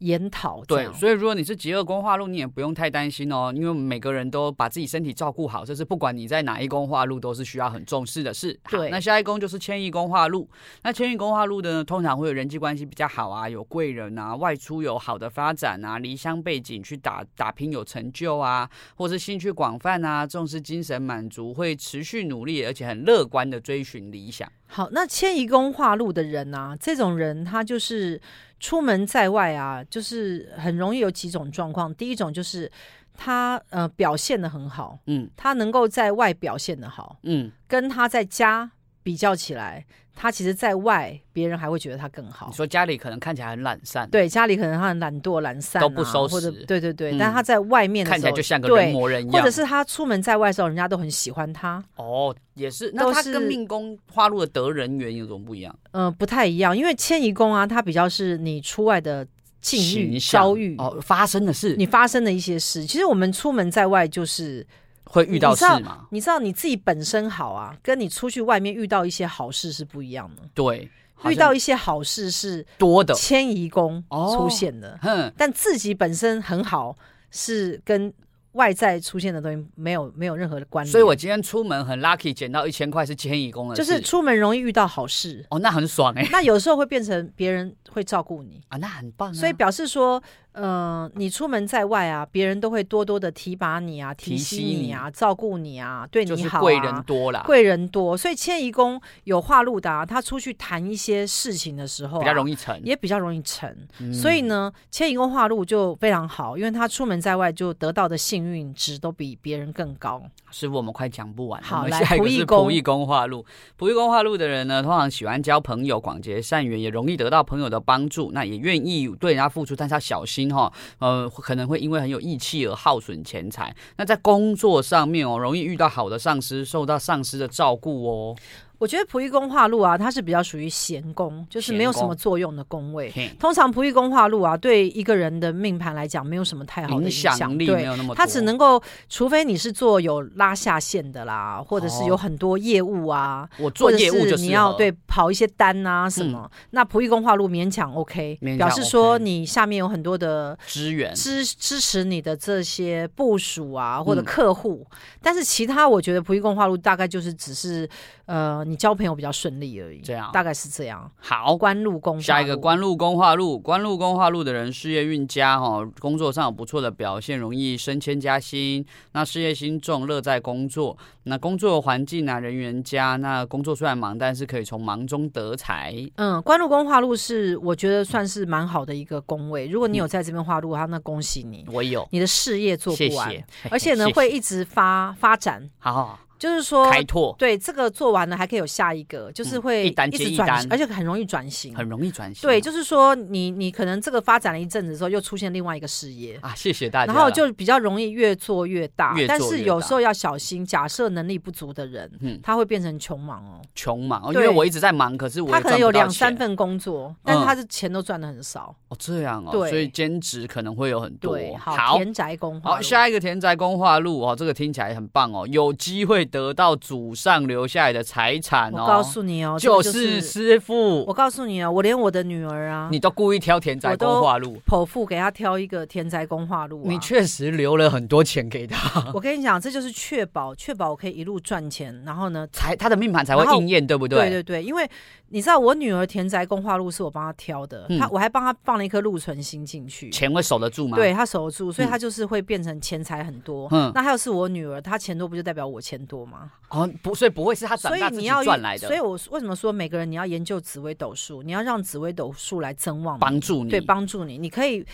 [SPEAKER 1] 研讨。这
[SPEAKER 2] 对
[SPEAKER 1] 样，
[SPEAKER 2] 所以如果你是极恶宫化禄，你也不用太担心哦，因为每个人都把自己身体照顾好，这是不管你在哪一宫化禄都是需要很重视的事。好
[SPEAKER 1] 对
[SPEAKER 2] 那下一宫就是迁移宫化禄。那迁移宫化禄的呢，通常会有人际关系比较好啊，有贵人啊，外出有好的发展啊，离乡背景去打打拼有成就啊，或是兴趣广泛啊，重视精神满足，会持续努力，而且很乐观的追寻理想。
[SPEAKER 1] 好，那迁移宫化禄的人啊，这种人他就是出门在外啊，就是很容易有几种状况。第一种就是他呃表现的很好，
[SPEAKER 2] 嗯
[SPEAKER 1] 他能够在外表现的好，
[SPEAKER 2] 嗯，
[SPEAKER 1] 跟他在家比较起来，他其实在外别人还会觉得他更好
[SPEAKER 2] 你。说家里可能看起来很懒散，
[SPEAKER 1] 哦对，家里可能他很懒惰、懒散、啊，
[SPEAKER 2] 都不收拾
[SPEAKER 1] 或者对对对，
[SPEAKER 2] 嗯
[SPEAKER 1] 但他在外面的
[SPEAKER 2] 看起来
[SPEAKER 1] 时候
[SPEAKER 2] 就像个人
[SPEAKER 1] 对，
[SPEAKER 2] 模人一
[SPEAKER 1] 或
[SPEAKER 2] 样
[SPEAKER 1] 者。是他出门在外的时候，人家都很喜欢他。
[SPEAKER 2] 哦，也是。
[SPEAKER 1] 都
[SPEAKER 2] 那他
[SPEAKER 1] 是
[SPEAKER 2] 跟命宫花路的得人缘有什么不一样？
[SPEAKER 1] 嗯，不太一样，因为迁移宫啊，它比较是你出外的境遇、
[SPEAKER 2] 形象
[SPEAKER 1] 遭遇，
[SPEAKER 2] 哦，发生的事
[SPEAKER 1] 你发生的一些事。其实我们出门在外，就是
[SPEAKER 2] 会遇到事
[SPEAKER 1] 你
[SPEAKER 2] 嘛？
[SPEAKER 1] 你知道你自己本身好啊，跟你出去外面遇到一些好事是不一样的。
[SPEAKER 2] 对，好像
[SPEAKER 1] 遇到一些好事是
[SPEAKER 2] 多的，
[SPEAKER 1] 迁移宫
[SPEAKER 2] 哦
[SPEAKER 1] 出现的，
[SPEAKER 2] 哼，
[SPEAKER 1] 但自己本身很好是跟外在出现的东西没有没有任何的关联。
[SPEAKER 2] 所以我今天出门很 lucky，捡到一千块是迁移宫的
[SPEAKER 1] 就
[SPEAKER 2] 事，
[SPEAKER 1] 是出门容易遇到好事，
[SPEAKER 2] 哦，那很爽哎、
[SPEAKER 1] 那有时候会变成别人会照顾 你。
[SPEAKER 2] 啊，那很棒、啊，
[SPEAKER 1] 所以表示说，呃，你出门在外啊，别人都会多多的提拔你啊，
[SPEAKER 2] 提
[SPEAKER 1] 提携
[SPEAKER 2] 携
[SPEAKER 1] 你啊，照顾你啊，对
[SPEAKER 2] 就
[SPEAKER 1] 你
[SPEAKER 2] 是
[SPEAKER 1] 好、啊。
[SPEAKER 2] 贵人多啦，
[SPEAKER 1] 贵人多，所以迁移宫有化禄的、啊，他出去谈一些事情的时候、啊，
[SPEAKER 2] 比较容易成，
[SPEAKER 1] 也比较容易成。
[SPEAKER 2] 嗯
[SPEAKER 1] 所以呢，迁移宫化禄就非常好，因为他出门在外就得到的幸运值都比别人更高。
[SPEAKER 2] 师傅，我们快讲不完了。
[SPEAKER 1] 好
[SPEAKER 2] 我们
[SPEAKER 1] 来
[SPEAKER 2] 下一个
[SPEAKER 1] 仆役
[SPEAKER 2] 是
[SPEAKER 1] 宫
[SPEAKER 2] 仆役宫化禄。仆役宫化禄的人呢，通常喜欢交朋友，广结善缘，也容易得到朋友的帮助，那也愿意对人家付出，但是要小心哈、呃，可能会因为很有义气而耗损钱财。那在工作上面哦，容易遇到好的上司，受到上司的照顾哦。
[SPEAKER 1] 我觉得仆役宫化禄啊，它是比较属于闲宫，就是没有
[SPEAKER 2] 闲
[SPEAKER 1] 什
[SPEAKER 2] 宫
[SPEAKER 1] 么作用的宫位。
[SPEAKER 2] 嘿
[SPEAKER 1] 通常仆役宫化禄啊，对一个人的命盘来讲，没有什么太好的
[SPEAKER 2] 影响力
[SPEAKER 1] 对
[SPEAKER 2] 没有那么多，
[SPEAKER 1] 它只能够，除非你是做有拉下线的啦，或者是有很多业务啊，
[SPEAKER 2] 我哦做业务
[SPEAKER 1] 或者
[SPEAKER 2] 就是哦嗯
[SPEAKER 1] 你要对跑一些单啊什么。那仆役工化路勉强 OK，
[SPEAKER 2] 勉
[SPEAKER 1] 表
[SPEAKER 2] 强
[SPEAKER 1] 示说
[SPEAKER 2] OK
[SPEAKER 1] 你下面有很多的
[SPEAKER 2] 支援
[SPEAKER 1] 支支持你的这些部署啊
[SPEAKER 2] 嗯
[SPEAKER 1] 或者客户，但是其他我觉得仆役工化路大概就是只是呃你交朋友比较顺利而已，
[SPEAKER 2] 这样
[SPEAKER 1] 大概是这样。
[SPEAKER 2] 好。
[SPEAKER 1] 官路工化禄
[SPEAKER 2] 下一个官禄宫化禄，官禄宫化禄的人事业运佳哈、哦，工作上有不错的表现，容易升迁加薪。那事业心重，乐在工作。那工作环境啊，人缘佳。那工作虽然忙，但是可以从忙中得财。
[SPEAKER 1] 嗯，官禄宫化禄是我觉得算是蛮好的一个宫位。如果
[SPEAKER 2] 嗯
[SPEAKER 1] 你有在这边化禄，他那恭喜你，
[SPEAKER 2] 我有，
[SPEAKER 1] 你的事业做
[SPEAKER 2] 谢
[SPEAKER 1] 不完，
[SPEAKER 2] 谢。
[SPEAKER 1] 而且呢
[SPEAKER 2] 谢谢
[SPEAKER 1] 会一直发发展，
[SPEAKER 2] 好好
[SPEAKER 1] 就是说
[SPEAKER 2] 开拓，
[SPEAKER 1] 对这个做完了还可以有下一个，就是
[SPEAKER 2] 嗯
[SPEAKER 1] 会
[SPEAKER 2] 一单接
[SPEAKER 1] 直
[SPEAKER 2] 一
[SPEAKER 1] 转
[SPEAKER 2] 单
[SPEAKER 1] 型，而且很容易转型。
[SPEAKER 2] 很容易转型。
[SPEAKER 1] 对，就是说你你可能这个发展了一阵子之后，又出现另外一个事业。
[SPEAKER 2] 啊，谢谢大家
[SPEAKER 1] 然
[SPEAKER 2] 啦。
[SPEAKER 1] 后就比较容易越做越大，
[SPEAKER 2] 越
[SPEAKER 1] 但
[SPEAKER 2] 做
[SPEAKER 1] 是
[SPEAKER 2] 越
[SPEAKER 1] 有
[SPEAKER 2] 大
[SPEAKER 1] 时候要小心。假设能力不足的人，
[SPEAKER 2] 嗯
[SPEAKER 1] 他会变成穷忙哦。
[SPEAKER 2] 穷忙，哦因
[SPEAKER 1] 对
[SPEAKER 2] 为我一直在忙，可是我也
[SPEAKER 1] 他可能
[SPEAKER 2] 赚
[SPEAKER 1] 有
[SPEAKER 2] 不到
[SPEAKER 1] 两三
[SPEAKER 2] 钱
[SPEAKER 1] 份工作，但是
[SPEAKER 2] 嗯
[SPEAKER 1] 他的钱都赚的很少。
[SPEAKER 2] 哦，这样哦，
[SPEAKER 1] 对
[SPEAKER 2] 所以兼职可能会有很多
[SPEAKER 1] 对，。好，田宅宫化
[SPEAKER 2] 好，
[SPEAKER 1] 禄
[SPEAKER 2] 下一个田宅宫化禄哦，这个听起来很棒哦，有机会得到祖上留下来的财产哦。
[SPEAKER 1] 我告诉你哦，这
[SPEAKER 2] 就
[SPEAKER 1] 个是
[SPEAKER 2] 是师傅
[SPEAKER 1] 我，告诉你哦，我连我的女儿啊，
[SPEAKER 2] 你都故意挑田宅宫化禄，
[SPEAKER 1] 剖腹给她挑一个天灾宫化路、啊，
[SPEAKER 2] 你确实留了很多钱给他，
[SPEAKER 1] 我跟你讲，这就是确保确保我可以一路赚钱，然后呢。
[SPEAKER 2] 才他的命盘才会应验，对不
[SPEAKER 1] 对
[SPEAKER 2] 对？
[SPEAKER 1] 对对，因为你知道我女儿田宅宫化路是我帮她挑的，
[SPEAKER 2] 嗯
[SPEAKER 1] 她我还帮她放了一颗鹿唇心进去，
[SPEAKER 2] 钱会守得住吗？
[SPEAKER 1] 对，她守得住，所以她就是会变成钱财很多。
[SPEAKER 2] 嗯
[SPEAKER 1] 那还有是我女儿，她钱多不就代表我钱多吗？
[SPEAKER 2] 哦，不，所以不会是他
[SPEAKER 1] 所
[SPEAKER 2] 长
[SPEAKER 1] 以
[SPEAKER 2] 大自
[SPEAKER 1] 你
[SPEAKER 2] 己
[SPEAKER 1] 要
[SPEAKER 2] 赚来的，
[SPEAKER 1] 所以我为什么说每个人你要研究紫微斗数，你要让紫微斗数来增旺你
[SPEAKER 2] 帮助你。
[SPEAKER 1] 对，帮助你，你可以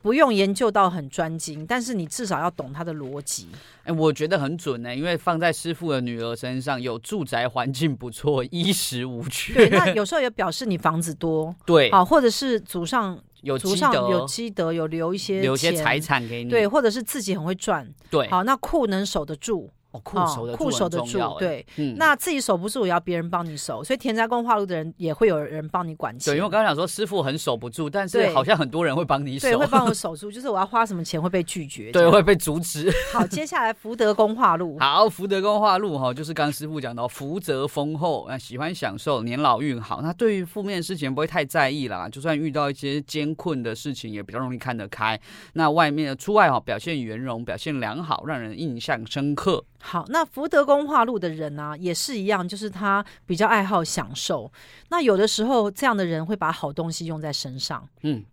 [SPEAKER 1] 不用研究到很专精，但是你至少要懂它的逻辑。
[SPEAKER 2] 哎，我觉得很准呢，因为放在师傅的女儿身上，有住宅环境不错，衣食无
[SPEAKER 1] 对，
[SPEAKER 2] 缺，
[SPEAKER 1] 那有时候也表示你房子多，
[SPEAKER 2] 对，
[SPEAKER 1] 好，或者是祖上
[SPEAKER 2] 有
[SPEAKER 1] 祖
[SPEAKER 2] 积
[SPEAKER 1] 上
[SPEAKER 2] 德
[SPEAKER 1] 有，积德，有留一些
[SPEAKER 2] 留些
[SPEAKER 1] 钱
[SPEAKER 2] 财，产给你，
[SPEAKER 1] 对，或者是自己很会赚，
[SPEAKER 2] 对，
[SPEAKER 1] 好，那库能守得住，
[SPEAKER 2] 哦，酷
[SPEAKER 1] 哦
[SPEAKER 2] 手的
[SPEAKER 1] 库守得
[SPEAKER 2] 住很重要
[SPEAKER 1] 住，，对。
[SPEAKER 2] 哎嗯
[SPEAKER 1] 那自己守不住，也要别人帮你守，所以田宅宫化禄的人也会有人帮你管
[SPEAKER 2] 对，
[SPEAKER 1] 钱
[SPEAKER 2] 因为我，刚刚讲说师傅很守不住，但是
[SPEAKER 1] 对
[SPEAKER 2] 好像很多人会帮你守
[SPEAKER 1] 对，，会帮 我守住，就是我要花什么钱会被拒绝。这
[SPEAKER 2] 对，
[SPEAKER 1] 样
[SPEAKER 2] 会被阻止。
[SPEAKER 1] 好，接下来福德宫化禄，
[SPEAKER 2] 好，福德宫化禄哈，就是刚刚师傅讲到福泽丰厚，啊，喜欢享受，年老运好。那对于负面的事情不会太在意啦，就算遇到一些艰困的事情，也比较容易看得开。那外面出外哈，表现圆融，表现良好，让人印象深刻。
[SPEAKER 1] 好，那福德宫化禄的人呢、也是一样，就是他比较爱好享受。那有的时候，这样的人会把好东西用在身上，
[SPEAKER 2] 嗯，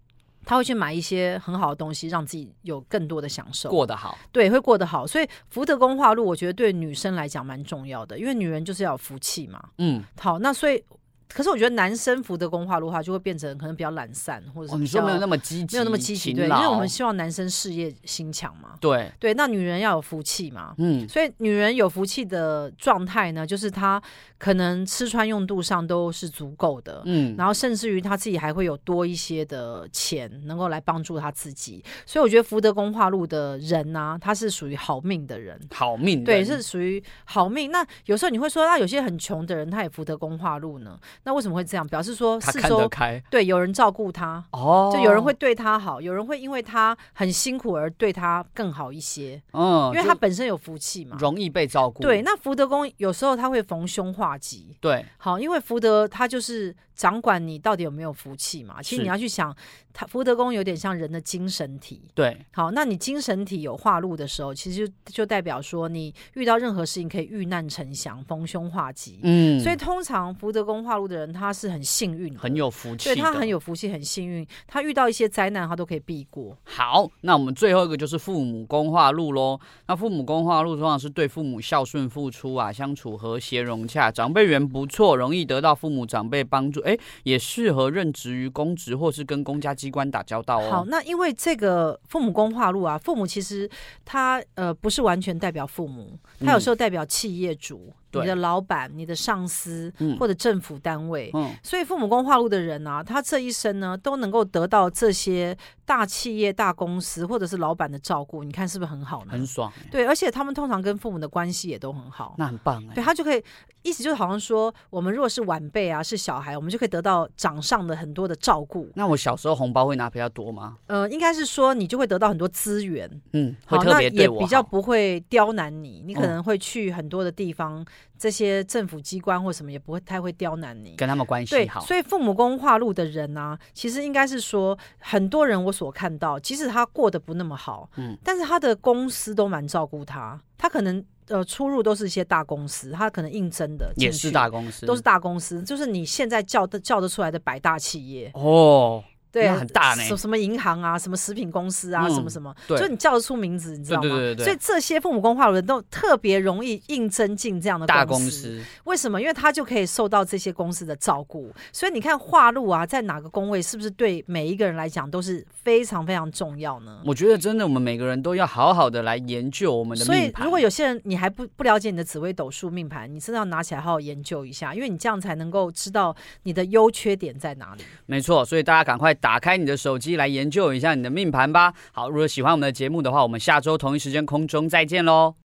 [SPEAKER 1] 他会去买一些很好的东西，让自己有更多的享受，
[SPEAKER 2] 过得好，
[SPEAKER 1] 对，会过得好。所以福德宫化禄，我觉得对女生来讲蛮重要的，因为女人就是要有福气嘛。
[SPEAKER 2] 嗯，
[SPEAKER 1] 好，那所以可是我觉得男生服的工化路的话，就会变成可能比较懒散，或者是
[SPEAKER 2] 哦，你
[SPEAKER 1] 比
[SPEAKER 2] 说没有
[SPEAKER 1] 较
[SPEAKER 2] 那么积极，
[SPEAKER 1] 没有那么积极，
[SPEAKER 2] 勤
[SPEAKER 1] 对，因为我
[SPEAKER 2] 劳
[SPEAKER 1] 们希望男生事业心强嘛，
[SPEAKER 2] 对，
[SPEAKER 1] 对，那女人要有福气嘛。
[SPEAKER 2] 嗯，
[SPEAKER 1] 所以女人有福气的状态呢，就是她可能吃穿用度上都是足够的，
[SPEAKER 2] 嗯，
[SPEAKER 1] 然后甚至于她自己还会有多一些的钱能够来帮助她自己。所以我觉得福德宫化禄的人呢、他是属于好命的人。
[SPEAKER 2] 好命人，
[SPEAKER 1] 对，是属于好命。那有时候你会说，那有些很穷的人，他也福德宫化禄呢，那为什么会这样？表示说
[SPEAKER 2] 他
[SPEAKER 1] 四
[SPEAKER 2] 看得
[SPEAKER 1] 周
[SPEAKER 2] 开
[SPEAKER 1] 对有人照顾他，
[SPEAKER 2] 哦，
[SPEAKER 1] 就有人会对他好，有人会因为他很辛苦而对他更好一些，
[SPEAKER 2] 嗯，
[SPEAKER 1] 因为
[SPEAKER 2] 就
[SPEAKER 1] 他本身有福气嘛。
[SPEAKER 2] 容易被照顾，
[SPEAKER 1] 对，那福德宫有时候他会逢凶化吉。
[SPEAKER 2] 对，
[SPEAKER 1] 好，因为福德他就是掌管你到底有没有福气嘛。其实
[SPEAKER 2] 是
[SPEAKER 1] 你要去想，他福德宫有点像人的精神体。
[SPEAKER 2] 对，
[SPEAKER 1] 好，那你精神体有化禄的时候，其实就就代表说你遇到任何事情可以遇难成祥，逢凶化吉。
[SPEAKER 2] 嗯，
[SPEAKER 1] 所以通常福德宫化禄的人，他是很幸运的，
[SPEAKER 2] 很有福气
[SPEAKER 1] 对
[SPEAKER 2] 的，
[SPEAKER 1] 他很有福气，很幸运，他遇到一些灾难，他都可以避过。
[SPEAKER 2] 好，那我们最后一个就是父母宫化禄喽。那父母宫化禄通常是对父母孝顺、付出啊，相处和谐融洽，长辈缘不错，容易得到父母长辈帮助。哎，也适合任职于公职或是跟公家机关打交道哦。
[SPEAKER 1] 好，那因为这个父母宫化禄啊，父母其实他呃不是完全代表父母，他有时候代表企业主、
[SPEAKER 2] 嗯对
[SPEAKER 1] 你的老板、你的上司、
[SPEAKER 2] 嗯
[SPEAKER 1] 或者政府单位。
[SPEAKER 2] 嗯，
[SPEAKER 1] 所以父母宫化禄的人啊，他这一生呢都能够得到这些大企业、大公司或者是老板的照顾，你看是不是很好呢？
[SPEAKER 2] 很爽哎、
[SPEAKER 1] 对，而且他们通常跟父母的关系也都很好。
[SPEAKER 2] 那很棒哎、
[SPEAKER 1] 对他就可以，意思就是好像说，我们如果是晚辈啊，是小孩，我们就可以得到长上的很多的照顾。
[SPEAKER 2] 那我小时候红包会拿比较多吗？
[SPEAKER 1] 呃，应该是说你就会得到很多资源，
[SPEAKER 2] 嗯，会
[SPEAKER 1] 好，
[SPEAKER 2] 特
[SPEAKER 1] 那
[SPEAKER 2] 别
[SPEAKER 1] 也
[SPEAKER 2] 对我
[SPEAKER 1] 比较
[SPEAKER 2] 好
[SPEAKER 1] 不会刁难你。你可
[SPEAKER 2] 嗯
[SPEAKER 1] 能会去很多的地方，这些政府机关或什么也不会太会刁难你。
[SPEAKER 2] 跟他们关系
[SPEAKER 1] 对，
[SPEAKER 2] 好。
[SPEAKER 1] 所以父母宫化禄的人呢、其实应该是说，很多人我所看到，即使他过得不那么好，
[SPEAKER 2] 嗯
[SPEAKER 1] 但是他的公司都蛮照顾他，他可能呃出入都是一些大公司，他可能应征的
[SPEAKER 2] 也
[SPEAKER 1] 进
[SPEAKER 2] 是
[SPEAKER 1] 去
[SPEAKER 2] 大嗯公司，
[SPEAKER 1] 都是大公司，就是你现在叫得叫得出来的百大企业，
[SPEAKER 2] 哦，
[SPEAKER 1] 对，
[SPEAKER 2] 那很大呢
[SPEAKER 1] 什什么银行啊，什么食品公司啊，
[SPEAKER 2] 嗯
[SPEAKER 1] 什么什么，
[SPEAKER 2] 对
[SPEAKER 1] 就你叫得出名字，你知道吗？
[SPEAKER 2] 对对对对
[SPEAKER 1] 所以这些父母工化的人都特别容易应征进这样的
[SPEAKER 2] 大
[SPEAKER 1] 公
[SPEAKER 2] 公司
[SPEAKER 1] 为什么？因为他就可以受到这些公司的照顾，所以你看化禄啊，在哪个工位，是不是对每一个人来讲都是非常非常重要呢？
[SPEAKER 2] 我觉得真的，我们每个人都要好好的来研究我们的
[SPEAKER 1] 所以
[SPEAKER 2] 命，盘。
[SPEAKER 1] 如果有些人你还不不了解你的紫微斗数命盘，你真的要拿起来好好研究一下，因为你这样才能够知道你的优缺点在哪里。
[SPEAKER 2] 没错，所以大家赶快打开你的手机来研究一下你的命盘吧。好，如果喜欢我们的节目的话，我们下周同一时间空中再见喽。